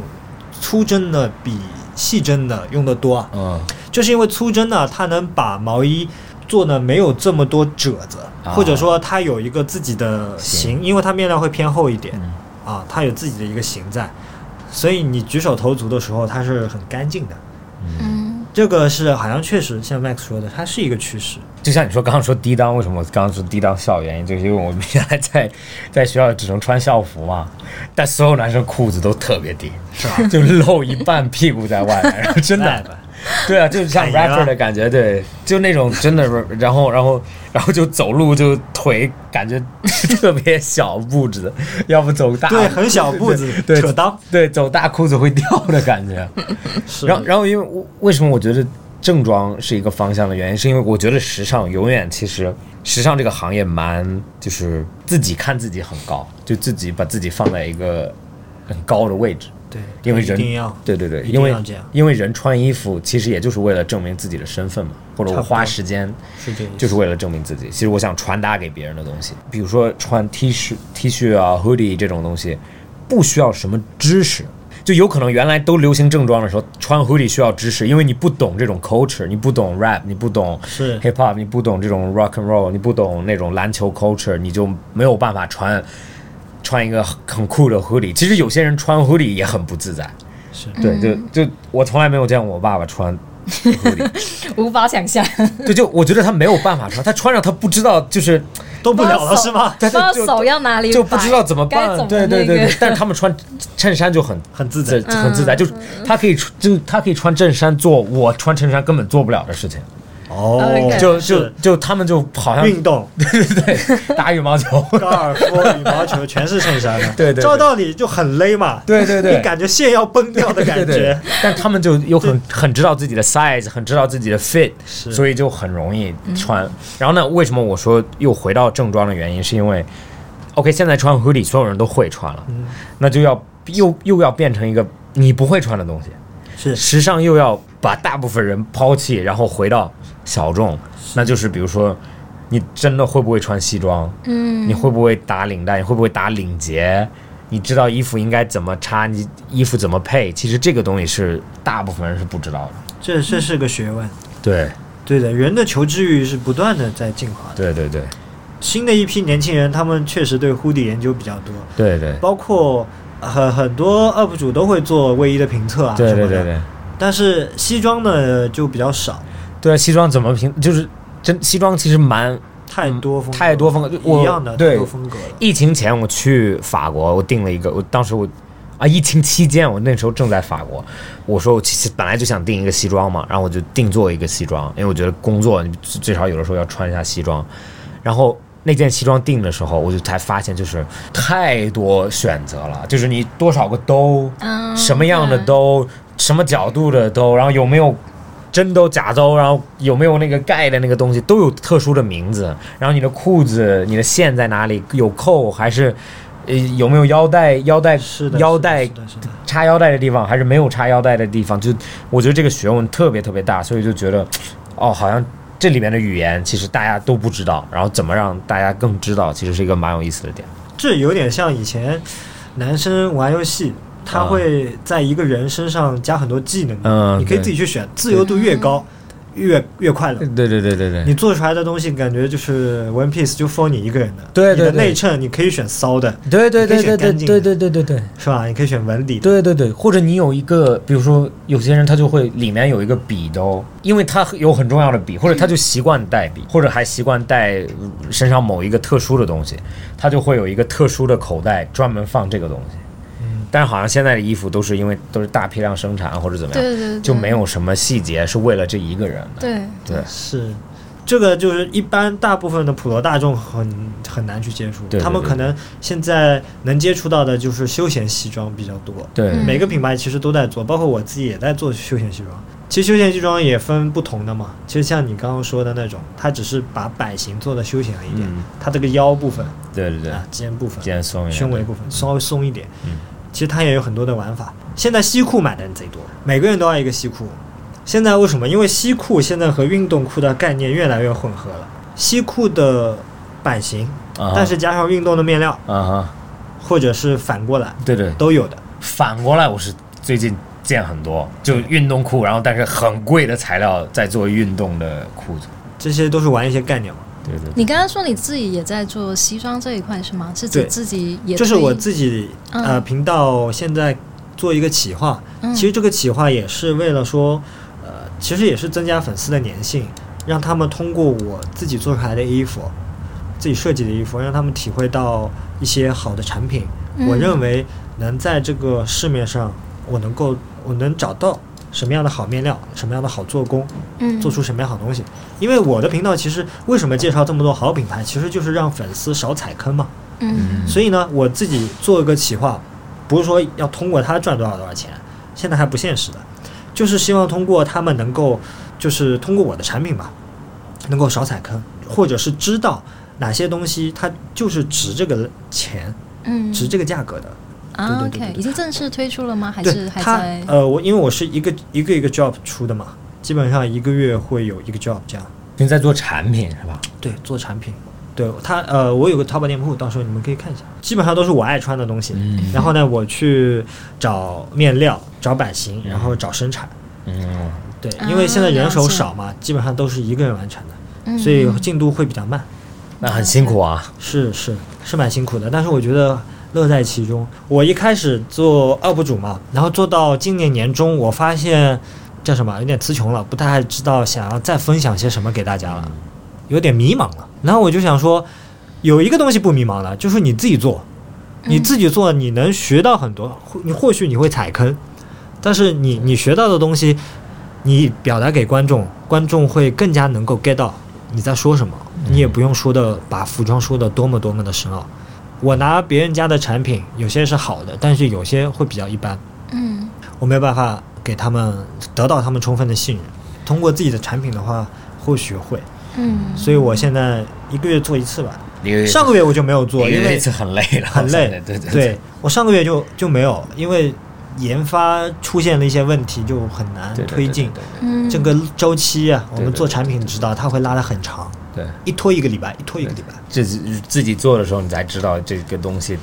粗针的比细针的用的多啊？嗯就是因为粗针呢，它能把毛衣做的没有这么多褶子，啊或者说它有一个自己的型，因为它面料会偏厚一点、嗯啊，它有自己的一个型在，所以你举手投足的时候，它是很干净的。嗯，这个是好像确实像 Max 说的，它是一个趋势。就像你说，刚刚说低档，为什么我刚刚说低档校园？就是因为我们原来在在学校只能穿校服嘛，但所有男生裤子都特别低，是吧？就露一半屁股在外面，然后真来的，吧对啊，就像哎呀 rapper 的感觉，对，就那种真的，然后 然后然后就走路就腿感觉特别小步子，要不走大对，很小步子，对扯裆。对走大裤子会掉的感觉。是然后，然后因为我为什么我觉得正装是一个方向的原因，是因为我觉得时尚永远其实时尚这个行业蛮就是自己看自己很高，就自己把自己放在一个很高的位置，对，因为一人定要对对对，一因定为要这样，因为人穿衣服其实也就是为了证明自己的身份嘛，或者差我不多花时间是这个意思就是为了证明自己。其实我想传达给别人的东西，比如说穿 T 恤、T 恤啊、hoodie 这种东西，不需要什么知识。就有可能原来都流行正装的时候，穿 hoodie 需要知识，因为你不懂这种 culture，你不懂 rap，你不懂是 hip hop，你不懂这种 rock and roll，你不懂那种篮球 culture，你就没有办法穿穿一个很很酷的 hoodie。其实有些人穿 hoodie 也很不自在，是对，就就我从来没有见过我爸爸穿 hoodie，无法想象，对，就我觉得他没有办法穿，他穿上他不知道就是动不了不知道了是吗？不知道就手要哪里摆，就不知道怎么该办怎。么对对那对个嗯对，但是他们穿衬衫就很 很自在很自在，就是他可以出就他可以穿衬衫做我穿衬衫根本做不了的事情，哦 OK 就就就他们就好像运动、对对对打羽毛球， 高尔夫、羽毛球全是衬衫的，对对对照道理就很勒嘛，对对对你感觉线要崩掉的感对对对觉，，但他们就又很很知道自己的 size，很知道自己的 fit，是所以就很容易嗯穿。然后呢，为什么我说又回到正装的原因，是因为 OK，现在穿 hoodie 所有人都会穿了，嗯那就要又又要变成一个你不会穿的东西。是时尚又要把大部分人抛弃，然后回到小众，那就是比如说，你真的会不会穿西装？嗯，你会不会打领带？你会不会打领结？你知道衣服应该怎么插，你衣服怎么配？其实这个东西是大部分人是不知道的。这这是个学问。对，对的，人的求知欲是不断的在进化的。对对对新的一批年轻人，他们确实对 hoodie 研究比较多，对对包括很很多 UP 主都会做卫衣的评测啊对什对么对的。对但是西装呢就比较少，对，啊西装怎么评？就是真西装其实蛮太多风格嗯太多风格，我一样的太对多风格了。疫情前我去法国，我订了一个，我当时我啊，疫情期间我那时候正在法国，我说我其实本来就想订一个西装嘛，然后我就定做一个西装，因为我觉得工作你最最少有的时候要穿一下西装，然后。那件西装定的时候，我就才发现，就是太多选择了，就是你多少个兜，嗯什么样的兜，什么角度的兜，然后有没有真兜假兜，然后有没有那个盖的那个东西，都有特殊的名字。然后你的裤子，你的线在哪里，有扣还是呃，有没有腰带？腰带是的，腰是的带是的是的插腰带的地方，还是没有插腰带的地方？就我觉得这个学问特别特别大，所以就觉得，哦，好像这里面的语言其实大家都不知道，然后怎么让大家更知道，其实是一个蛮有意思的点。这有点像以前男生玩游戏，他会在一个人身上加很多技能，啊嗯你可以自己去选，自由度越高，越越快乐。对对对对对你做出来的东西感觉就是 One Piece 就 for 你一个人的，对对对你的内衬你可以选骚的，对对你可以对选对对干净的对对对对对。是吧？你可以选纹理的，对对对，或者你有一个，比如说有些人他就会里面有一个笔兜，因为他有很重要的笔，或者他就习惯带笔， 或者还习惯带嗯身上某一个特殊的东西，他就会有一个特殊的口袋专门放这个东西。但是好像现在的衣服都是因为都是大批量生产或者怎么样，对对对就没有什么细节是为了这一个人的。对对是。这个就是一般大部分的普罗大众很很难去接触，对对他们对可能现在能接触到的就是休闲西装比较多。对嗯每个品牌其实都在做，包括我自己也在做休闲西装。其实休闲西装也分不同的嘛，其实像你刚刚说的那种，它只是把版型做的休闲了一点，嗯它这个腰部分对对对，啊、肩部分、肩松一点，胸围部分稍微松一点。嗯其实它也有很多的玩法。现在西裤买的人贼多，每个人都要一个西裤。现在为什么？因为西裤现在和运动裤的概念越来越混合了。西裤的版型，啊哈，但是加上运动的面料，啊哈，或者是反过来对对，都有的。反过来，我是最近见很多，就运动裤，然后但是很贵的材料在做运动的裤子。这些都是玩一些概念嘛。对对你刚刚说你自己也在做西装这一块是吗？是指对自己也就是推我自己、嗯呃频道现在做一个企划，嗯其实这个企划也是为了说，呃，其实也是增加粉丝的粘性，让他们通过我自己做出来的衣服，自己设计的衣服，让他们体会到一些好的产品。嗯我认为能在这个市面上，我能够我能找到什么样的好面料，什么样的好做工，嗯做出什么样好东西。因为我的频道其实为什么介绍这么多好品牌，其实就是让粉丝少踩坑嘛。嗯所以呢，我自己做一个企划，不是说要通过它赚多少多少钱，现在还不现实的，就是希望通过他们能够，就是通过我的产品吧，能够少踩坑，或者是知道哪些东西它就是值这个钱，嗯值这个价格的。啊对对对对 OK 对已经正式推出了吗？还对是还它在，呃，我因为我是一个一个一个 job 出的嘛，基本上一个月会有一个 job 这样。你在做产品是吧？对，做产品。对它，呃，我有个淘宝店铺，到时候你们可以看一下，基本上都是我爱穿的东西。嗯然后呢，我去找面料、找版型，然后找生产。嗯，对，啊因为现在人手了解少嘛，基本上都是一个人完成的，嗯呃所以进度会比较慢。那很辛苦啊。是是是蛮辛苦的，但是我觉得乐在其中。我一开始做 UP 主嘛，然后做到今年年中，我发现叫什么有点词穷了，不太知道想要再分享些什么给大家了，有点迷茫了。然后我就想说，有一个东西不迷茫了，就是你自己做，你自己做你能学到很多，或你或许你会踩坑，但是你你学到的东西，你表达给观众，观众会更加能够 get 到你在说什么，嗯你也不用说的把服装说的多么多么的深奥。我拿别人家的产品，有些是好的，但是有些会比较一般，嗯我没有办法给他们得到他们充分的信任。通过自己的产品的话，或许会。嗯所以我现在一个月做一次吧，一个月上个月我就没有做，一个因月一为次很累了，。很累 对对对，我上个月就就没有，因为研发出现了一些问题，就很难对对推进。对对嗯整个周期啊，我对们对做产品知道它会拉得很长，对对，一拖一个礼拜，一拖一个礼拜。自己自己做的时候，你才知道这个东西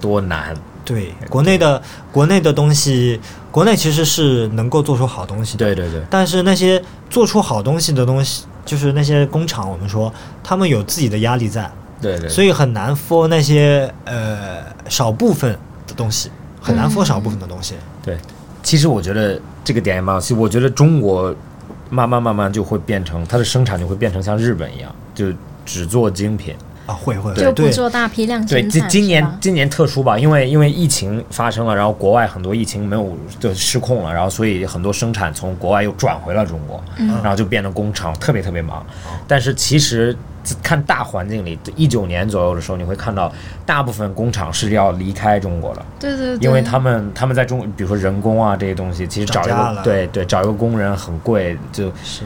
多难。对，国内的国内的东西，国内其实是能够做出好东西的，对对对，但是那些做出好东西的东西，就是那些工厂，我们说他们有自己的压力在，对对，所以以很难 for 那些呃少部分的东西，很难 for 少部分的东西。对，其实我觉得这个点也蛮有趣。我觉得中国慢慢慢慢就会变成它的生产就会变成像日本一样，就只做精品。啊，会会就会，不对，做大批量对，生今产今是年吧今年特殊吧，因为因为疫情发生了，然后国外很多疫情没有就失控了，然后所以很多生产从国外又转回了中国，嗯然后就变得工厂特别特别忙。但是其实看大环境里，一九年左右的时候，你会看到大部分工厂是要离开中国了。对对对，因为他们他们在中，比如说人工啊这些东西，其实涨找一价个了 啊对对找一个工人很贵，就是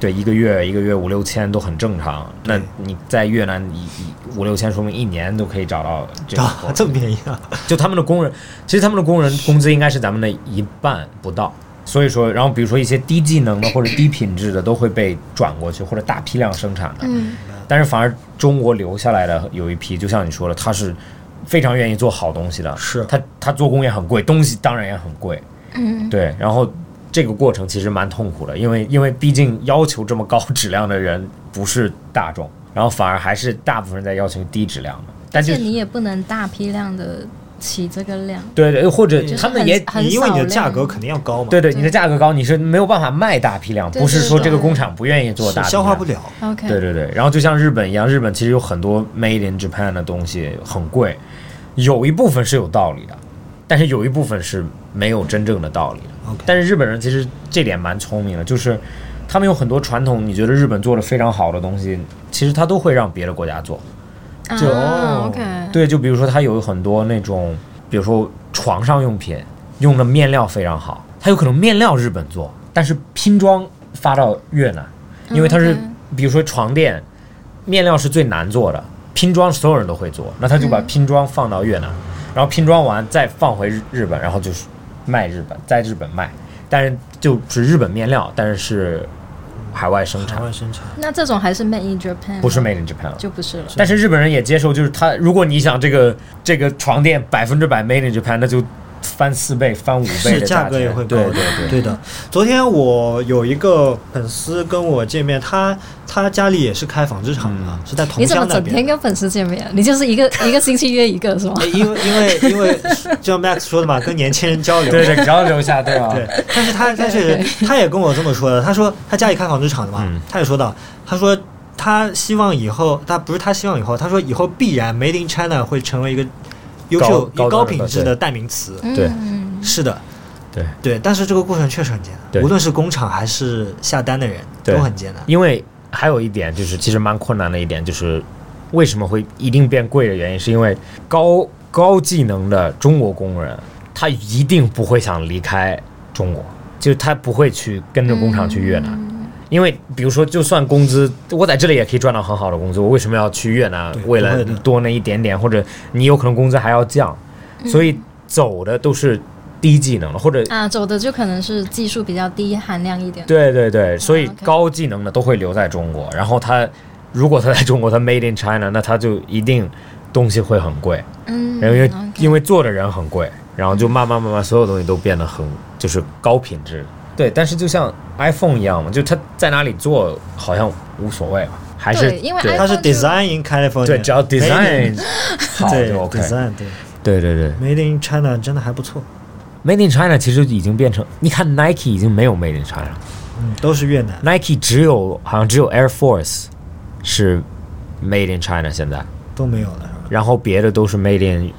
对，一个月一个月五六千都很正常。那你在越南，你你五六千，说明一年都可以找到这 个工啊，这么便宜啊！就他们的工人，其实他们的工人工资应该是咱们的一半不到。所以说，然后比如说一些低技能的或者低品质的都会被转过去，或者大批量生产的。嗯，但是反而中国留下来的有一批，就像你说的，他是非常愿意做好东西的。是他他做工也很贵，东西当然也很贵。嗯，对，然后这个过程其实蛮痛苦的，因为因为毕竟要求这么高质量的人不是大众，然后反而还是大部分人在要求低质量的。但而就且你也不能大批量的起这个量，对对，或者就是他们很也很你因为你的少价格量肯定要高嘛，对对，你的价格高，你是没有办法卖大批量，对不是对说对这个工厂不愿意做是大批量，消化不了。 OK，对对对，然后就像日本一样，日本其实有很多 made in Japan 的东西很贵，有一部分是有道理的，但是有一部分是没有真正的道理的。 OK，但是日本人其实这点蛮聪明的，就是他们有很多传统，你觉得日本做的非常好的东西，其实他都会让别的国家做。就啊，OK，对，就比如说他有很多那种，比如说床上用品用的面料非常好，他有可能面料日本做，但是拼装发到越南，因为它是、嗯比如说床垫，面料是最难做的，拼装所有人都会做，那他就把拼装放到越南，然后拼装完再放回日日本，然后就是卖日本，在日本卖，但是就是日本面料，但是是海外生海产，外生产那这种还是 Made in Japan，不是吗 made in Japan 了。就不是了。但是日本人也接受，就是他，如果你想这个这个床垫百分之百 made in Japan，那就翻四倍、翻五倍是的价价格也会高对的，对对，对的。昨天我有一个粉丝跟我见面，他他家里也是开纺织厂的，嗯是在桐你怎么乡那整天边。跟粉丝见面？你就是一个 一个星期约一个是吗？哎因为因为因为，就像 Max 说的嘛，跟年轻人交流。对对，只要留下，对吧？对，但是他他是他也跟我这么说的，他说他家里开纺织厂的嘛，嗯他也说到，他说他希望以后，他不是他希望以后，他说以后必然 Made in China 会成为一个优秀、高高端的高品质对的代名词。对嗯，是的，对对，但是这个过程确实很艰对难，无论是工厂还是下单的人对都很艰难。因为还有一点就是，其实蛮困难的一点就是，为什么会一定变贵的原因，是因为高高技能的中国工人，他一定不会想离开中国，就是他不会去跟着工厂去越南。嗯因为比如说，就算工资，我在这里也可以赚到很好的工资，我为什么要去越南对？为不了会的多那一点点，或者你有可能工资还要降，嗯所以走的都是低技能的，或者啊，走的就可能是技术比较低、含量一点。对对对，所以嗯 OK 高技能的都会留在中国，然后他如果他在中国，他 made in China，那他就一定东西会很贵，嗯，然后因为、 OK 因为做的人很贵，然后就慢慢慢慢所有东西都变得很就是高品质。对，但是就像 iPhone 一样嘛，就它在哪里做好像无所谓吧，还是对因为对 iPhone 他是就 Design in California，对只要 design 好对就 OK。 design 对对对对 Made in China 真的还不错， ，Made in China 其实已经变成，你看 Nike 已经没有 Made in China 了。嗯，都是越南 Nike 只有好像只有 Air Force 是 Made in China 现在，都没有了，是吧？然后别的都是 Made in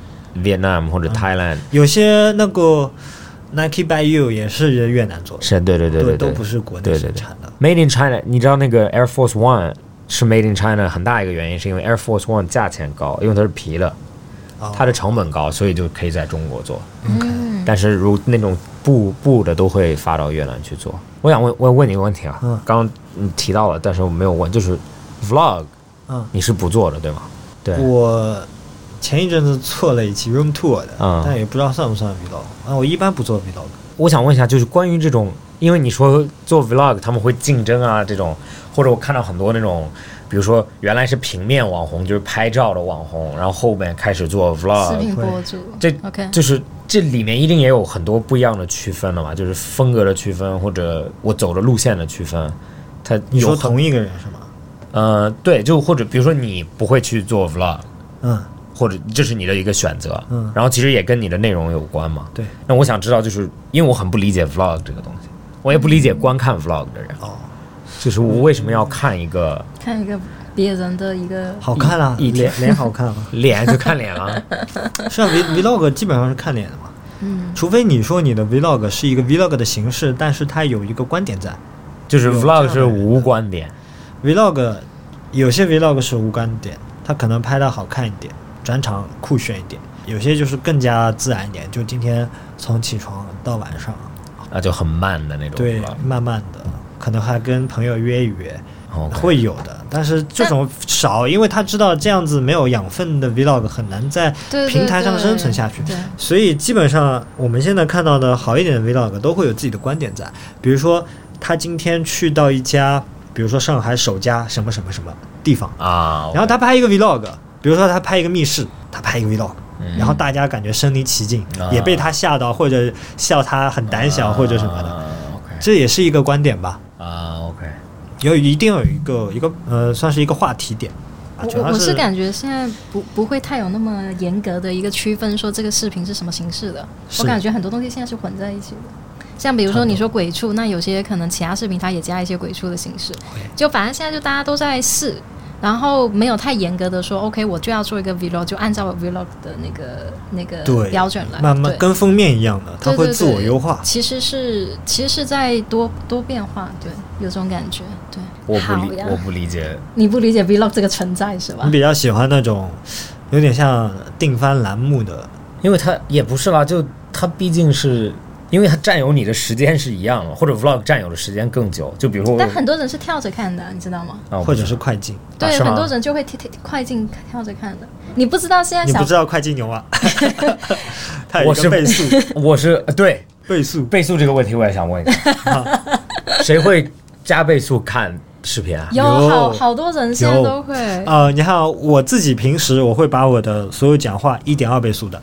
Vietnam 或者嗯 Thailand，、有些那个 Nike by You 也是越南做的，是，对对对对都对，都不是国内对对生对产的。 Made in China，你知道那个 Air Force One 是 Made in China 很大一个原因是因为 Air Force One 价钱高，因为它是皮的，哦它的成本高，所以就可以在中国做。嗯，但是如那种布布的都会发到越南去做。我想问问问你一个问题啊，嗯刚刚你提到了，但是我没有问，就是 Vlog 嗯，你是不做的对吗？对，我前一阵子做了一期 Room Tour 的，嗯但也不知道算不算 Vlog。啊，我一般不做 Vlog。我想问一下，就是关于这种，因为你说做 vlog 他们会竞争啊，这种，或者我看到很多那种，比如说原来是平面网红，就是拍照的网红，然后后面开始做视 vlog，频博主啊这 OK，就是这里面一定也有很多不一样的区分了嘛，就是风格的区分，或者我走的路线的区分。它你有说很同一个人是吗？呃对，就或者比如说你不会去做 vlog，嗯，或者这是你的一个选择，嗯然后其实也跟你的内容有关嘛。对。那我想知道，就是因为我很不理解 vlog 这个东西，我也不理解观看 vlog 的人，哦，就是我为什么要看一个看一个别人的一个好看啊，一一脸脸好看啊。 脸就看脸了？是啊，V Vlog 基本上是看脸的嘛。嗯除非你说你的 Vlog 是一个 Vlog 的形式，但是它有一个观点在。就是 vlog 是有这样的人无观点， Vlog 有些 Vlog 是无观点，它可能拍的好看一点，转场酷炫一点；有些就是更加自然一点，就今天从起床到晚上，啊，就很慢的那种对 vlog。，慢慢的。可能还跟朋友约一约，哦，会有的。但是这种少，因为他知道这样子没有养分的 vlog 很难在对对平台上对生存下去。对，所以基本上我们现在看到的好一点的 vlog 都会有自己的观点在，比如说他今天去到一家，比如说上海首家什么什么什么地方，啊，然后他拍一个 vlog，比如说他拍一个密室，他拍一个 vlog，、嗯然后大家感觉身临其境，啊也被他吓到，或者笑他很胆小或者什么的，啊，OK 这也是一个观点吧。啊，OK，有一定有一个一个呃，算是一个话题点。啊、主我要我我是是感觉现在不不会太有那么严格的一个区分，说这个视频是什么形式的。是我感觉很多东西现在是混在一起的，像比如说你说鬼畜，那有些可能其他视频它也加一些鬼畜的形式，就反正现在就大家都在试。然后没有太严格的说，OK，我就要做一个 vlog，就按照 vlog 的那个那个对标准来，慢慢对跟封面一样的，它对会对自我对优化。其实是其实是在多多变化，对，有种感觉，对。我不好理呀，我不理解，你不理解 vlog 这个存在是吧你？比较喜欢那种有点像定番栏目的，因为它也不是啦，就它毕竟是。因为它占有你的时间是一样的，或者 vlog 占有的时间更久。就比如说我，但很多人是跳着看的，你知道吗？啊我不或者知是道快进。对，是吗很多人就会跳跳快进跳着看的。你不知道现你在不小知道快进牛 啊？它有我一是个倍速，我是呃对倍速倍速这个问题，我也想问一下，啊 谁会加倍速看视频啊？有有好好多人现在有都会，呃，你看啊我自己平时我会把我的所有讲话一点二倍速的，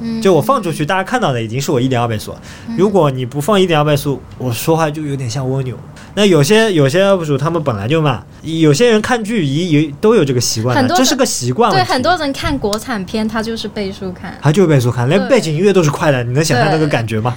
嗯，就我放出去，大家看到的已经是我一点二倍速了。如果你不放一点二倍速，我说话就有点像蜗牛。那有些有些 UP 主他们本来就慢，有些人看剧也也都有这个习惯很的，多这人是个习惯对问题很多人看国产片，他就是倍速看，他就是倍速看，连对背景音乐都是快的，你能想象那个对感觉吗？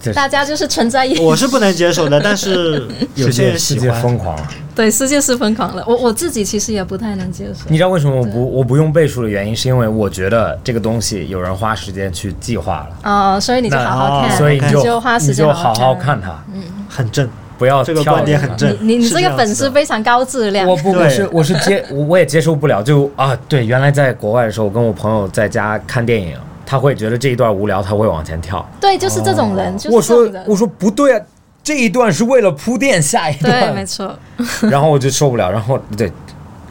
这大家就是存在一我是不能接受的，但是有 些世界人世喜界欢。疯狂啊了。对世界是疯狂了。我我自己其实也不太能接受你，知道为什么我不我不用倍数的原因，是因为我觉得这个东西有人花时间去计划了，哦，所以你就那好好看，哦所以你你就花你时间就好好嗯好。看它，很正，不要这个跳观点着很看正。你你是这样个子粉丝的非常高质量，我不对我是我是接我我也接受不了，就啊对，原来在国外的时候，我跟我朋友在家看电影，他会觉得这一段无聊，他会往前跳。对，就是这种人，就我是这说种人。我说不对啊，这一段是为了铺垫下一对，没段，错，然后我就受不了，然后对，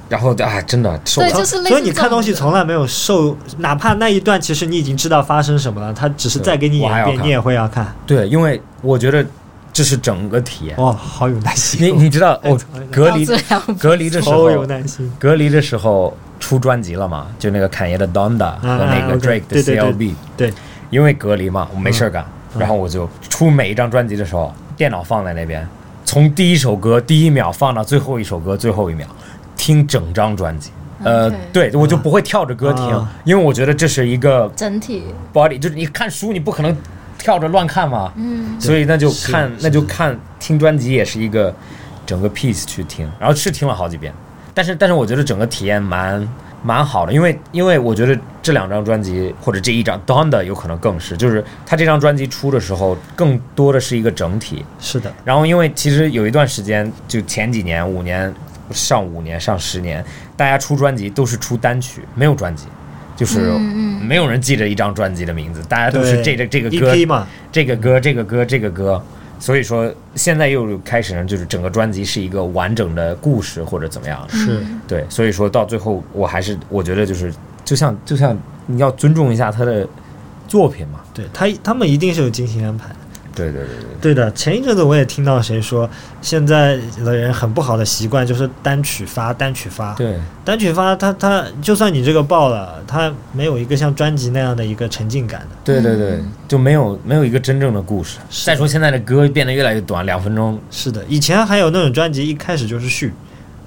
然后啊真的受不对，了就。是类似所以你看东西这种从人来没有受，哪怕那一段其实你已经知道发生什么了，他只是再给你我还演一要遍，看你也会要看。对，因为我觉得这是整个体验。哇，好有耐你 心，你知道太哦惨了，隔离高质量隔离的时候好，哎有耐心。隔离的时候出专辑了嘛？就那个侃爷的 Donda 和那个啊 OK， Drake 的对对对 CLB，对，因为隔离嘛，我没事儿干，然后我就出每一张专辑的时候，电脑放在那边，从第一首歌第一秒放到最后一首歌最后一秒，听整张专辑。呃 OK，对我就不会跳着歌听啊，因为我觉得这是一个整体 body，就是你看书你不可能跳着乱看嘛，嗯，所以那就看是那就看听专辑也是一个整个 piece 去听，然后是听了好几遍，但是但是我觉得整个体验蛮蛮好的，因为因为我觉得这两张专辑或者这一张 Donda 有可能更是，就是他这张专辑出的时候更多的是一个整体，是的，然后因为其实有一段时间，就前几年五年上五年上十年，大家出专辑都是出单曲，没有专辑。就是嗯没有人记着一张专辑的名字，大家都对，是这个这个歌 EP 嘛，这个歌，这个歌，这个歌。所以说，现在又开始呢，就是整个专辑是一个完整的故事或者怎么样。是对，所以说到最后，我还是我觉得就是，就像就像你要尊重一下他的作品嘛。对他他们一定是有精心安排的。对对对对，对的，前一阵子我也听到谁说，现在的人很不好的习惯就是单曲发，单曲发，对单曲发它，它就算你这个爆了，它没有一个像专辑那样的一个沉浸感的。对对对，就没有没有一个真正的故事。是再说现在的歌变得越来越短，两分钟是的，以前还有那种专辑一开始就是序，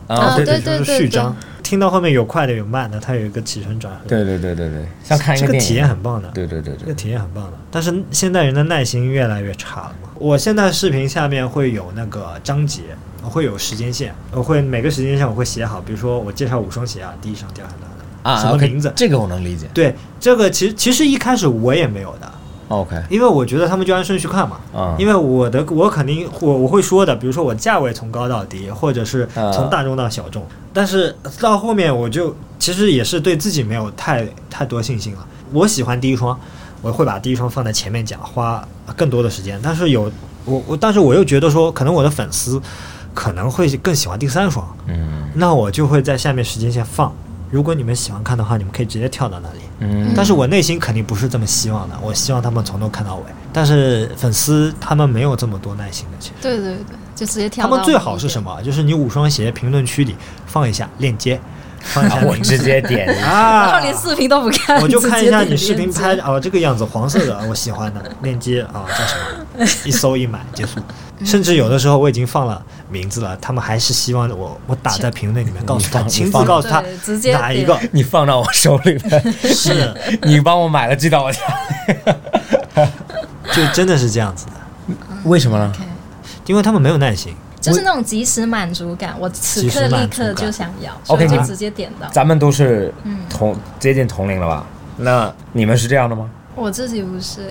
啊，对就对是对序章，听到后面有快的有慢的，它有一个起承转合。，对对对对对，像看一这个个电体影验。很棒的，对对对这个对，体验很棒的。但是现代人的耐心越来越差了嘛。我现在视频下面会有那个章节，会有时间线，我会每个时间线我会写好，比如说我介绍五双鞋啊，第一双、第二双、第三双啊，什么 OK，名字？这个我能理解。对，这个其实其实一开始我也没有的， OK，因为我觉得他们就按顺序看嘛。啊，因为我的我肯定我我会说的，比如说我价位从高到低，或者是啊从大众到小众，但是到后面我就其实也是对自己没有太太多信心了。我喜欢第一双，我会把第一双放在前面讲，花更多的时间。但是有我我，但是我又觉得说，可能我的粉丝可能会更喜欢第三双，嗯那我就会在下面时间线放。如果你们喜欢看的话，你们可以直接跳到那里。嗯但是我内心肯定不是这么希望的，我希望他们从头看到尾。但是粉丝他们没有这么多耐心的，其实对对对，就直接跳他到某一点。们最好是什么？就是你五双鞋评论区里放一下链接，放一啊下我直接点 进去然后啊，连视频都不看，我就看一下直接你视频点拍链的接。哦，这个样子，黄色的，我喜欢的链接啊，叫什 么？一搜一买结束。嗯甚至有的时候我已经放了名字了，他们还是希望我我打在评论里面告诉他，你放亲你自放告诉他对直接哪一个你放到我手里呗，是，你帮我买了寄到我家，就真的是这样子的，为什么呢？ OK 因为他们没有耐心。就是那种即时满足感，我此刻立刻就想要，所以 OK，就你直接点到。咱们都是嗯同接近同龄了吧？那你们是这样的吗？我自己不是，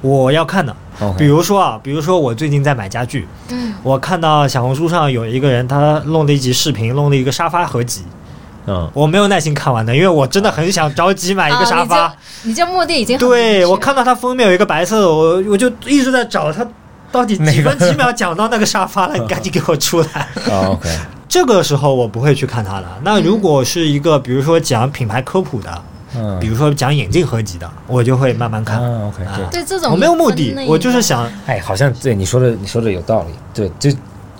我要看的 OK 比如说啊，比如说我最近在买家具，嗯，我看到小红书上有一个人他弄了一集视频，弄了一个沙发合集，嗯，我没有耐心看完的，因为我真的很想着急买一个沙发。啊你就你就目的已经很明对确我看到它封面有一个白色的，我我就一直在找它到底几分几秒讲到那个沙发了，你赶紧给我出 来。啊 OK，这个时候我不会去看它的。那如果是一个比如说讲品牌科普的，嗯，比如说讲眼镜合集的，我就会慢慢看。啊 OK，啊对，对这种我没有目的分类，我就是想哎，好像对你说的，你说的有道理。对，就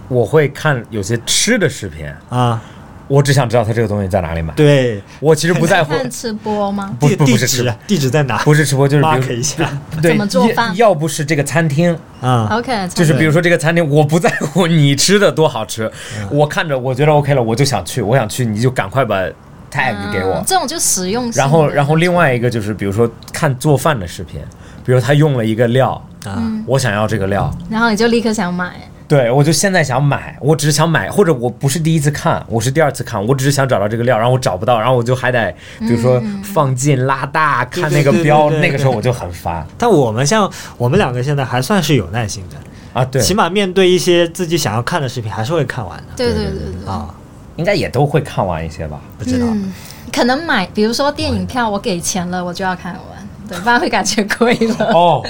我会看有些吃的视频，啊，我只想知道它这个东西在哪里 买。对，我其实不在乎，看吃播吗？不地不地不是吃址，地址在哪？不是吃播，就是比 mark 一如下对，怎么做要饭要不是这个餐厅，啊。 OK，就是比如说这个餐厅，我不在乎你吃的多好吃，我看着我觉得 OK 了，我就想去，我想去，你就赶快把 tag 给我嗯。这种就实用性的。然后，然后另外一个就是，比如说看做饭的视频，比如他用了一个料，啊，嗯我想要这个料，然后你就立刻想买，对我就现在想买，我只是想买，或者我不是第一次看，我是第二次看，我只是想找到这个料，然后我找不到，然后我就还得，比如说放近拉大，看那个对对对标，对对那个时候我就很烦但我们像我们两个现在还算是有耐心的，啊，对，起码面对一些自己想要看的视频，还是会看完的对对对对，啊。应该也都会看完一些吧，不知道，可能买，比如说电影票，我给钱了，我就要看完，对，不然会感觉亏了。哦，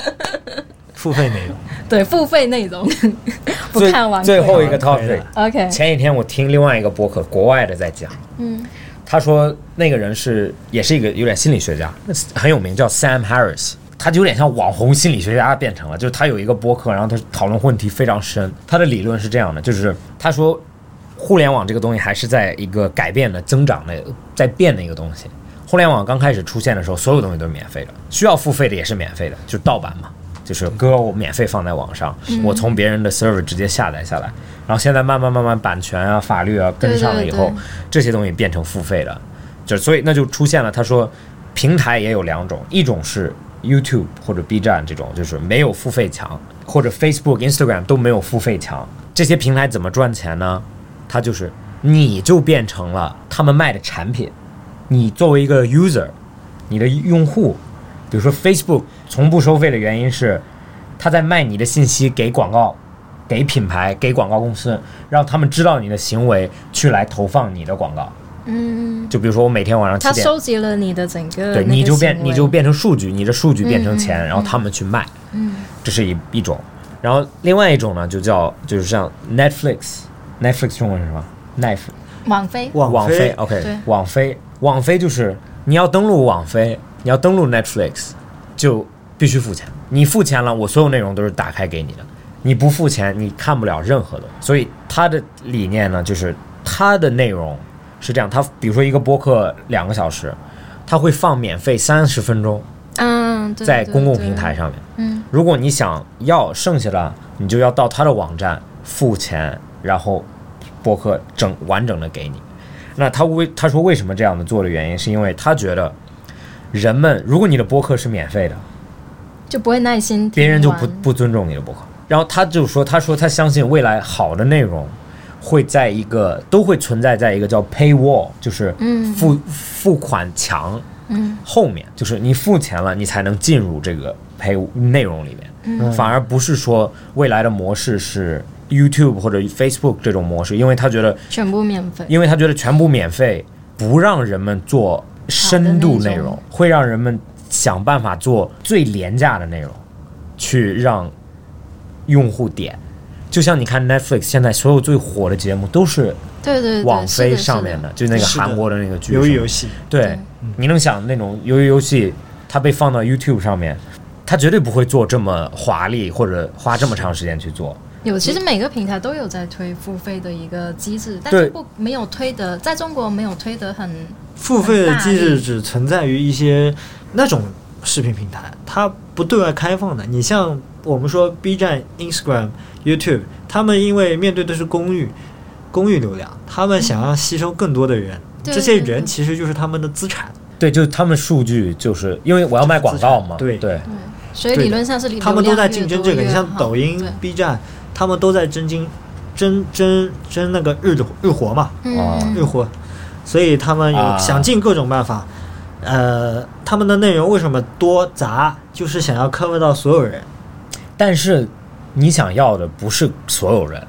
付费内容。对，付费 内容 不最看完哦最亏后了一个亏了 topic， OK，前几天我听另外一个播客，国外的在讲，嗯他说那个人是也是一个有点心理学家，很有名，叫 Sam Harris。他就有点像网红心理学家变成了，就是他有一个播客，然后他讨论问题非常深。他的理论是这样的，就是他说，互联网这个东西还是在一个改变的、增长的、在变的一个东西。互联网刚开始出现的时候，所有东西都是免费的，需要付费的也是免费的，就是盗版嘛，就是歌我免费放在网上，我从别人的 server 直接下载下来。然后现在慢慢慢慢版权啊、法律啊跟上了以后，对对对这些东西变成付费的，就是所以那就出现了，他说平台也有两种，一种是 YouTube 或者 B 站这种，就是没有付费墙，或者 Facebook、Instagram 都没有付费墙，这些平台怎么赚钱呢？它就是你就变成了他们卖的产品，你作为一个 user，你的用户，比如说 Facebook 从不收费的原因是，他在卖你的信息给广告。给品牌、给广告公司，让他们知道你的行为，去来投放你的广告。嗯，就比如说，我每天晚上七他点，收集了你的整个对，那个你就变行为你就变成数据，你的数据变成钱，嗯嗯然后他们去卖，嗯这是一一种。然后另外一种呢，就叫就是像 Netflix，Netflix 中文是什么？Netflix 网飞网网飞哦飞对，OK，网飞，网飞就是你要登录网飞，你要登录 Netflix，就必须付钱。你付钱了，我所有内容都是打开给你的。你不付钱，你看不了任何的。所以他的理念呢，就是他的内容是这样，他比如说一个播客两个小时，他会放免费三十分钟嗯，对在对公共对平台上面。嗯如果你想要剩下的，你就要到他的网站付钱，然后博客整完整的给你。那他为他说为什么这样的做的原因，是因为他觉得人们，如果你的播客是免费的，就不会耐心听完，别人就不不尊重你的博客。然后他就说，他说他相信未来好的内容会在一个都会存在在一个叫 paywall，就是嗯付、付款墙嗯后面，就是你付钱了，你才能进入这个 pay 内容里面。反而不是说未来的模式是 YouTube 或者 Facebook 这种模式，因为他觉得，全部免费，因为他觉得全部免费，不让人们做深度内好的内容容，会让人们想办法做最廉价的内容，去让用户点。就像你看 Netflix 现在所有最火的节目都是对对对，网是飞的嗯是上面的，就那个是的韩国的那个剧什么鱿的。鱼游戏，对，你能想那种鱿鱼游戏，它被放到 YouTube 上面，它绝对不会做这么华丽或者花这么长时间去做。有，其实每个平台都有在推付费的一个机制，但对是不没有推的，在中国没有推的很付费的机制只存在于一些那种视频平台，它不对外开放的。你像我们说 B 站、Instagram、YouTube，他们因为面对的是公域公域流量，他们想要吸收更多的人，对这些对人对其实就是他们的资产，对，就是他们数据，就是因为我要卖广告嘛。对对所以对的理论上是流量他们都在越竞多争这个。越你像好抖音对、 B 站，他们都在争金争争争那个日的日活嘛，啊嗯，日活，所以他们啊有想尽各种办法。呃，他们的内容为什么多杂，就是想要 cover 到所有人。但是你想要的不是所有人，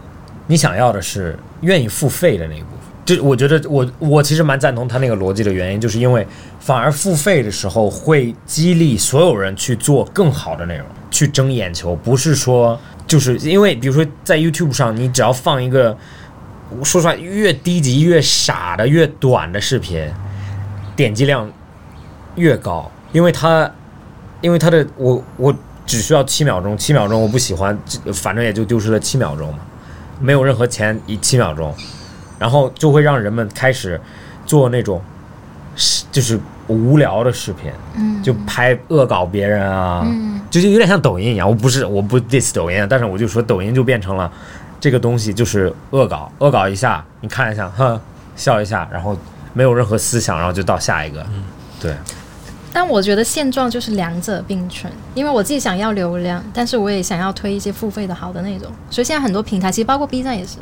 你想要的是愿意付费的那一部分。这我觉得我我其实蛮赞同他那个逻辑的原因，就是因为反而付费的时候会激励所有人去做更好的内容，去争眼球，不是说就是因为比如说在 YouTube 上，你只要放一个说出来越低级、越傻的、越短的视频，点击量越高，因为它因为它的我我只需要七秒钟，七秒钟我不喜欢，这反正也就丢失了七秒钟嘛，没有任何钱一七秒钟，然后就会让人们开始做那种是就是无聊的视频，嗯就拍恶搞别人啊，嗯就是有点像抖音一样。我不是我不 diss 抖音啊，但是我就说抖音就变成了这个东西就是恶搞，恶搞一下，你看一下，哼，笑一下，然后没有任何思想，然后就到下一个，对。但我觉得现状就是两者并存，因为我自己想要流量，但是我也想要推一些付费的好的内容，所以现在很多平台，其实包括 B 站也是。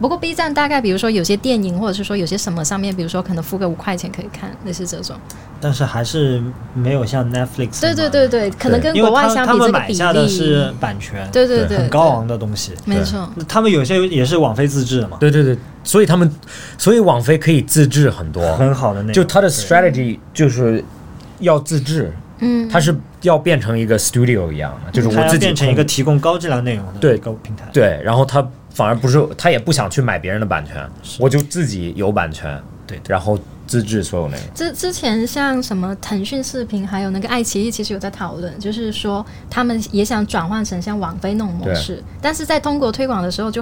不过 B 站大概比如说有些电影，或者是说有些什么上面，比如说可能付个五块钱可以看，类似这种。但是还是没有像 Netflix 对对对对，可能跟因为国他外相他比，们这个买比下的例是版权，对对对，很高昂的东西。对，没错。那他们有些也是网飞自制的嘛，对对对，所以他们，所以网飞可以自制很多，很好的那就它的 strategy 就是要自制，嗯，它是要变成一个 studio 一样的，就是我自嗯己变成一控个提供高质量内容的对一个平台。对，然后它反而不是，它也不想去买别人的版权，我就自己有版权，对对然后自制所有内容。之之前像什么腾讯视频，还有那个爱奇艺，其实有在讨论，就是说他们也想转换成像网飞那种模式，但是在中国推广的时候就。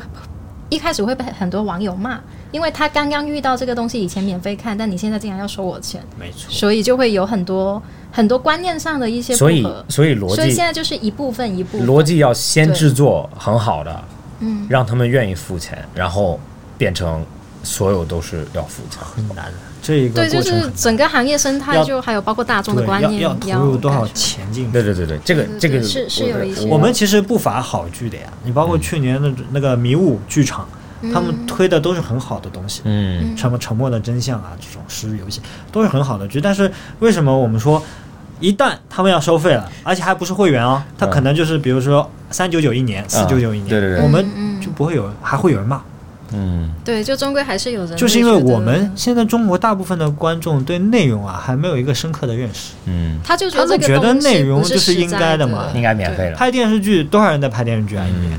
一开始会被很多网友骂，因为他刚刚遇到这个东西，以前免费看，但你现在竟然要收我钱，没错。所以就会有很多很多观念上的一些不所以合，。所以逻所以现辑在就是一部分一部分逻辑要先对制作很好的，嗯，让他们愿意付钱，然后变成所有都是要付钱。很难，这一个对，就过程是很整个行业生态，要就还有包括大众的对观要念要投入多少感觉钱进去对？对对对，这个对对这个对是是我有一些我们其实不乏好剧的呀，你包嗯括去年的那个迷雾剧场，他们推的都是很好的东西，嗯。什么《沉默的真相》啊这种食欲游戏都是很好的剧，但是为什么我们说？一旦他们要收费了，而且还不是会员哦，他可能就是比如说三九九一年、四九九一年，啊对对对我们嗯嗯就不会有人，还会有人骂，嗯，对，就终归还是有人就是会因为觉得我们现在中国大部分的观众对内容啊还没有一个深刻的认识，嗯，他就觉他得们这觉个得东西内容不就是是应实在该的的嘛应该免费了。拍电视剧多少人在拍电视剧啊？一年嗯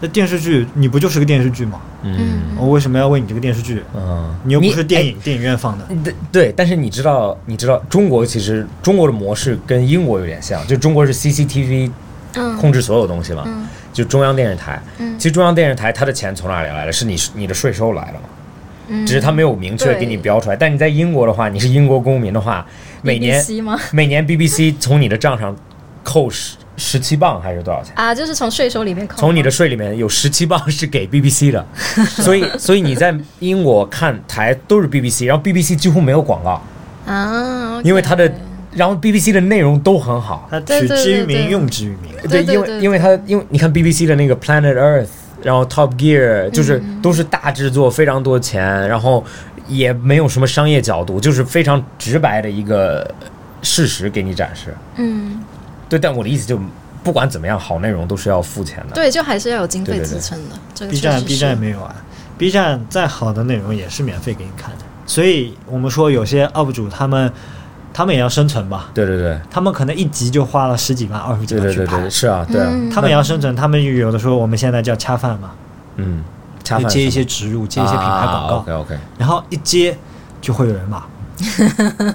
那电视剧你不就是个电视剧吗？嗯我为什么要为你这个电视剧？嗯，你又不是电影电影院放的，嗯哎。对对，但是你知道，你知道中国其实中国的模式跟英国有点像，就中国是 CCTV 嗯控制所有东西嘛，嗯就中央电视台。嗯其实中央电视台它的钱从哪里来的？是你你的税收来了嘛？嗯只是它没有明确对给你标出来。但你在英国的话，你是英国公民的话，每年 BBC 吗？每年 BBC 从你的账上扣十十七磅还是多少钱？啊，就是从税收里面扣吗，从你的税里面有十七磅是给 BBC 的，所以所以你在英国看台都是 BBC，然后 BBC 几乎没有广告，啊，因为它的 OK 然后 BBC 的内容都很好，它对取对之于对对民，用之于民。对对因为对因为它因为你看 BBC 的那个 Planet Earth，然后 Top Gear 就是嗯都是大制作，非常多钱，然后也没有什么商业角度，就是非常直白的一个事实给你展示。嗯，对，但我的意思就不管怎么样，好内容都是要付钱的。对，就还是要有经费对对支对撑的。这个 B 确站实 B 是站没有啊，B 站再好的内容也是免费给你看的，所以我们说有些 UP 主他们。他们也要生存吧？对对对，他们可能一集就花了十几万、二十几对万对去对拍对，，是啊，对啊，嗯他们也要生存，他们有的时候我们现在叫恰饭嘛，嗯，恰就饭接一是啊些植入，接一些品牌广告， OK OK，然后一接就会有人骂。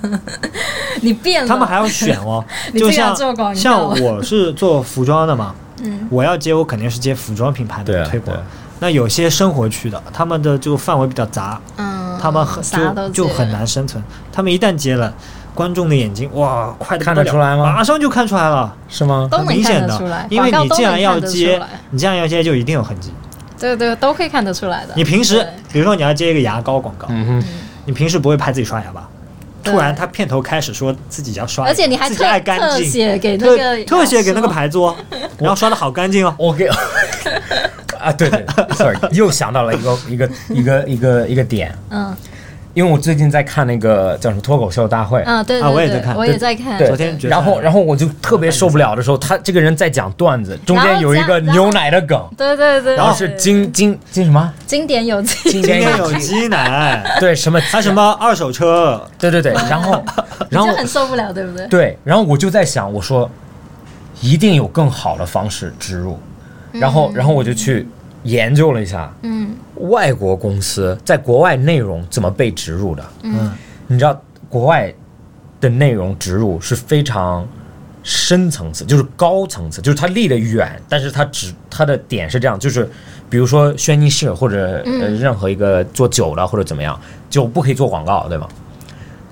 你变了，他们还要选哦 ，你就这样像做广告像 我是做服装的嘛，嗯我要接我肯定是接服装品牌对的啊推广对啊。那有些生活区的，他们的就范围比较杂，嗯，他们很啥都就就接很难生存。他们一旦接了，观众的眼睛哇，快得不看得了出来吗马上就看出来了，是吗？都很能明看显得出来的，，因为广你告都既然能要看得出接来，你既然要接就一定有痕迹。对对，都可以看得出来的。你平时对比如说你要接一个牙膏广告，嗯哼，你平时不会拍自己刷牙吧？对突然他片头开始说自己要刷牙，而且你还自己特爱干特净，写给那特个特写给那个老师牌子哦，然后刷的好干净哦。我给啊，对对，sorry，又 想到了一个一个一个一个一个点，嗯因为我最近在看那个叫什么脱口秀大会，嗯，对啊对我也对在看我也在看。对，昨天决赛然后然后我就特别受不了的时候，他这个人在讲段子，中然间后有一讲个然后哦牛奶的梗，对对对，然后对是对经经经什么？经典 有今经今天天有鸡奶，对什么？还什么二手车，对对对，然后然就后很受不了，对不对？对，然后我就在想，我说一定有更好的方式植入，然后然后我就去研究了一下嗯外国公司在国外内容怎么被植入的。嗯你知道国外的内容植入是非常深层次，就是高层次，就是它离得远，但是它只它的点是这样，就是比如说轩尼诗或者、呃嗯任何一个做酒的或者怎么样，酒不可以做广告，对吗？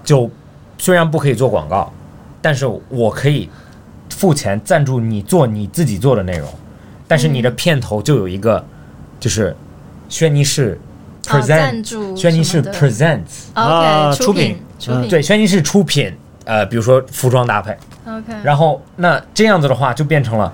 酒虽然不可以做广告，但是我可以付钱赞助你做你自己做的内容，但是你的片头就有一个就是轩尼诗哦 present，、赞助轩尼诗什么的嗯 presents。啊 OK 出出品品嗯出品对，轩尼诗出品，呃，比如说服装搭配， OK，然后那这样子的话就变成了。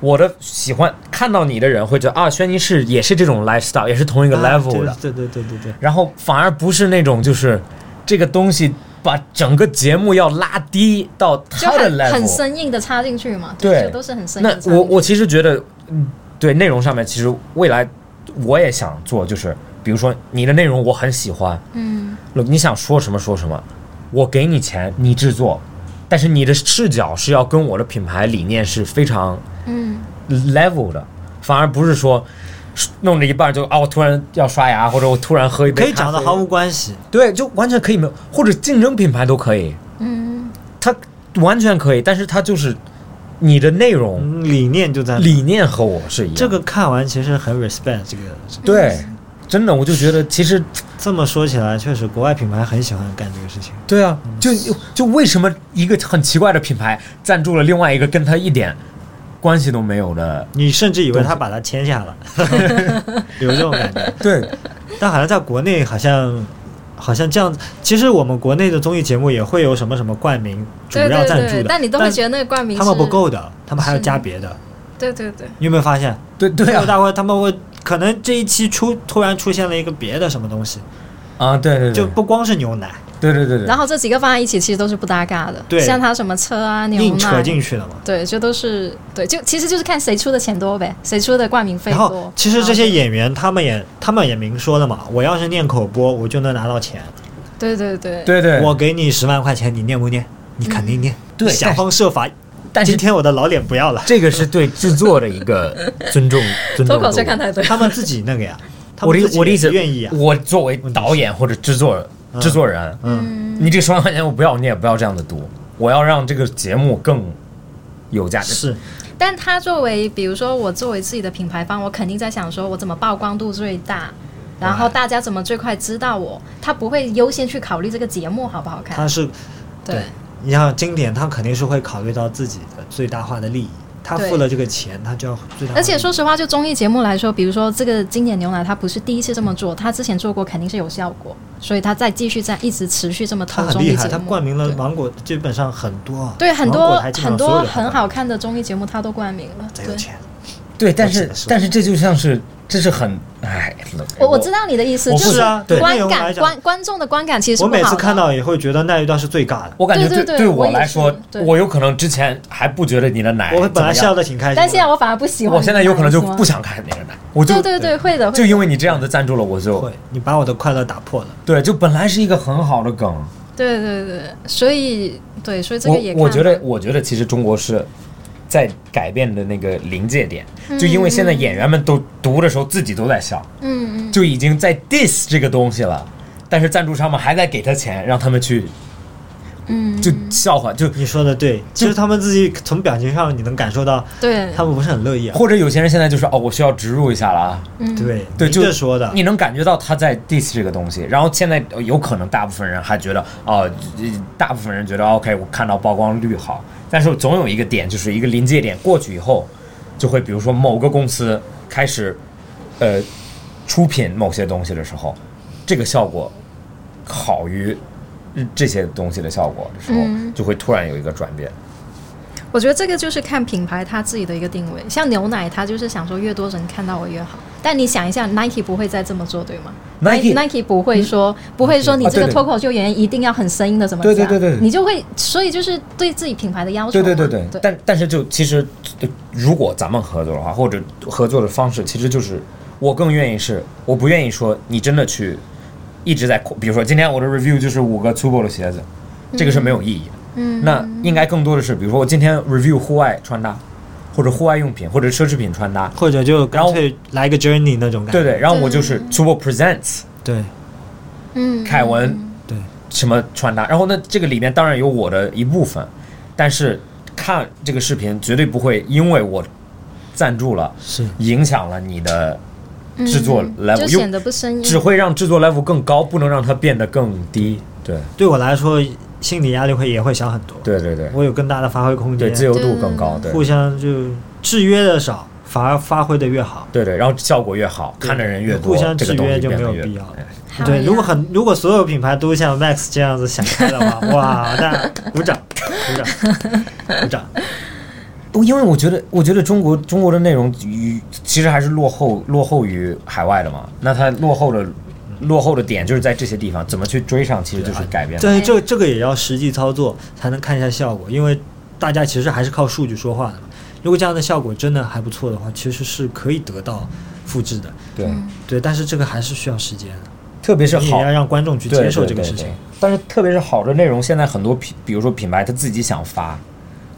我的喜欢看到你的人会觉得啊，轩尼诗也是这种 lifestyle，也是同一个 level 的，啊对对对对对对，然后反而不是那种就是这个东西把整个节目要拉低到就他的很很 level。生硬的插进去嘛，对就都是很生硬那的插进去。我我其实觉得，嗯对内容上面，其实未来我也想做，就是比如说你的内容我很喜欢，嗯，look，你想说什么说什么，我给你钱，你制作，但是你的视角是要跟我的品牌理念是非常嗯 level 的，反而不是说弄着一半就啊，我突然要刷牙，或者我突然喝一杯可咖啡，以讲的毫无关系。对，就完全可以没有，或者竞争品牌都可以，嗯，它完全可以，但是它就是你的内容、嗯理念就在那理念和我是一样，这个看完其实很 respect 这个。对，真的我就觉得其实这么说起来，确实国外品牌很喜欢干这个事情。对啊，就就为什么一个很奇怪的品牌赞助了另外一个跟他一点关系都没有 的？你甚至以为他把它签下 了，有这种感觉。对，但好像在国内，好像好像这样。其实我们国内的综艺节目也会有什么什么冠名主对要对赞助对的，，但你都会觉得那个冠名他们是不，够的，他们还要是加别的。对对对，你有没有发现？对对最后 啊，大会他们会可能这一期出突然出现了一个别的什么东西，啊对对对，就不光是牛奶对对对对，然后这几个放在一起其实都是不搭嘎的，对像他什么车啊、牛硬扯奶，进去了嘛。对，就都是对，就其实就是看谁出的钱多呗，谁出的冠名费然多后。其实这然些后演员他们也他们也明说了嘛，我要是念口播，我就能拿到钱。对对对，对对，嗯我给你十万块钱，你念不念？你肯定念，对你想方设法。但是，今天我的老脸不要了这个是对制作的一个尊重，尊重脱度。口秀看太多，他们自己那个呀，他 我们的自己我的意思，愿意啊。我作为导演或者制作制作人，嗯你这十万块 钱我不要，你也不要这样的读，我要让这个节目更有价值。是，但他作为，比如说我作为自己的品牌方，我肯定在想说，我怎么曝光度最大，然后大家怎么最快知道我，他不会优先去考虑这个节目好不好看他。是对，你像经典，他肯定是会考虑到自己的最大化的利益。他对付了这个钱，他就要最大化的利益。而且说实话，就综艺节目来说，比如说这个经典牛奶，它不是第一次这么做，它之前做过肯定是有效果，所以它再继续这样一直持续这么他投很综厉艺害，节他目。冠名了对芒果，基本上很多啊。对很芒多果台基本很上所有多的很台好看的综艺节目，它都冠名了。贼对，有钱。对，但是是的是的但是这就像是这是很哎，我我知道你的意思，我就不是啊对内观容感来讲观观众的观感其实是我不好每的次看到也会觉得那一段是最尬的。我感觉对对对对我也来说是，对我有可能之前还不觉得你的哎奶，我本来笑的，的挺开心的，但现在我反而不喜欢。我哦现在有可能就不想。想看你的奶，我就对对对，会的，就会的因为你这样子赞助了，我就会，你把我的快乐打破了。对，就本来是一个很好的梗，对对对，所以对，所以这个也我我看觉得吧，我觉得其实中国是在改变的那个临界点，就因为现在演员们都读的时候自己都在笑，嗯嗯，就已经在 diss 这个东西了，但是赞助商们还在给他钱，让他们去，嗯，就笑话，就你说的对，其实他们自己从表情上你能感受到，对他们不是很乐意啊。或者有些人现在就是哦，我需要植入一下了啊，嗯对，对，你就这说的，你能感觉到他在 diss 这个东西。然后现在呃有可能大部分人还觉得，哦、呃大部分人觉得 OK，我看到曝光率好，但是总有一个点，就是一个临界点过去以后，就会比如说某个公司开始，呃，出品某些东西的时候，这个效果好于呃这些东西的效果的时候，嗯就会突然有一个转变。我觉得这个就是看品牌它自己的一个定位。像牛奶，它就是想说越多人看到我越好。但你想一下，Nike 不会再这么做，对吗 Nike Nike 不会说、不会说你啊这对个对脱口秀演员一定要很生硬的怎么对讲，对对对对你就会所以就是对自己品牌的要求对嘛。对对对，对但但是就其实，呃如果咱们合作的话，或者合作的方式，其实就是我更愿意是，我不愿意说你真的去一直在扩，比如说今天我的 review 就是五个粗暴的鞋子，这个是没有意义的。嗯，那应该更多的是，比如说我今天 review 户外穿搭，或者户外用品，或者奢侈品穿搭，或者就然后干脆来个 journey 那种感对觉。对，然后我就是粗暴 presents 对嗯，凯文对什么穿搭，然后呢，这个里面当然有我的一部分，但是看这个视频绝对不会因为我赞助了。是，影响了你的制作嗯 level，就又显得不生硬，只会让制作 level 更高，不能让它变得更低。对，对我来说心理压力会也会小很多。对对对，我有更大的发挥空对间，自由度更高，对互相就制约的少，反而发挥的越好。对对，然后效果越好，看的人越多，互相这制个东约西就变没得有越必要了。好对，呀如果很如果所有品牌都像 Max 这样子想开的 话，哇，那鼓掌，鼓掌，鼓掌。我因为我觉得，我觉得中国中国的内容与其实还是落后落后于海外的嘛。那它落后的落后的点就是在这些地方，怎么去追上，其实就是改变。但是这这个也要实际操作才能看一下效果，因为大家其实还是靠数据说话的嘛。如果这样的效果真的还不错的话，其实是可以得到复制的。对，对，但是这个还是需要时间的，特别是你也好要让观众去对接受对这个对事对情。但是特别是好的内容，现在很多品，比如说品牌他自己想发，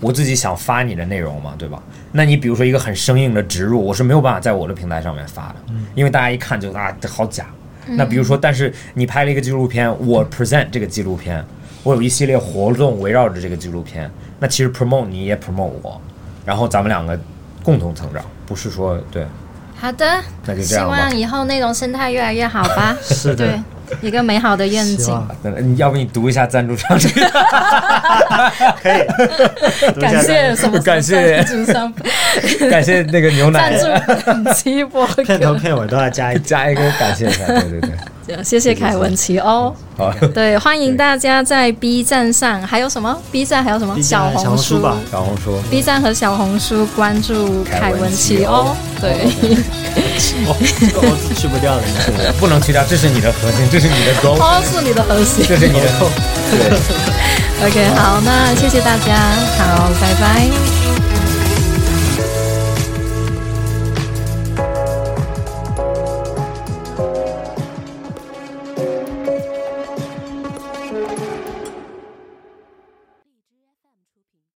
我自己想发你的内容嘛，对吧？那你比如说一个很生硬的植入，我是没有办法在我的平台上面发的，因为大家一看就啊，这好假。那比如说，但是你拍了一个纪录片，我 present 这个纪录片，我有一系列活动围绕着这个纪录片，那其实 promote 你也 promote 我，然后咱们两个共同成长，不是说对，好的那，就这希样吧望以后内容生态越来越好 吧。是的，一个美好的愿希景望。那你要不你读一下赞助商这个可以，感谢什 么？感谢主上 感谢那个牛奶赞助本期 播客，片头片尾都要加一句。加一个感谢一下，对对对，谢谢凯文哦奇欧。好。 对，欢迎大家在 B 站上，还有什么？B 站还有什么？ B 站红小红书吧小红书 B 站和小红书关注凯凯文文奇奇欧哦欧。对， 这个我是去不掉的，你 是不能去掉，这是你的核心，这是你的 goal，欧哦是你的核心。这是你的 goal。对。 OK，好，那谢谢大家，好，拜拜。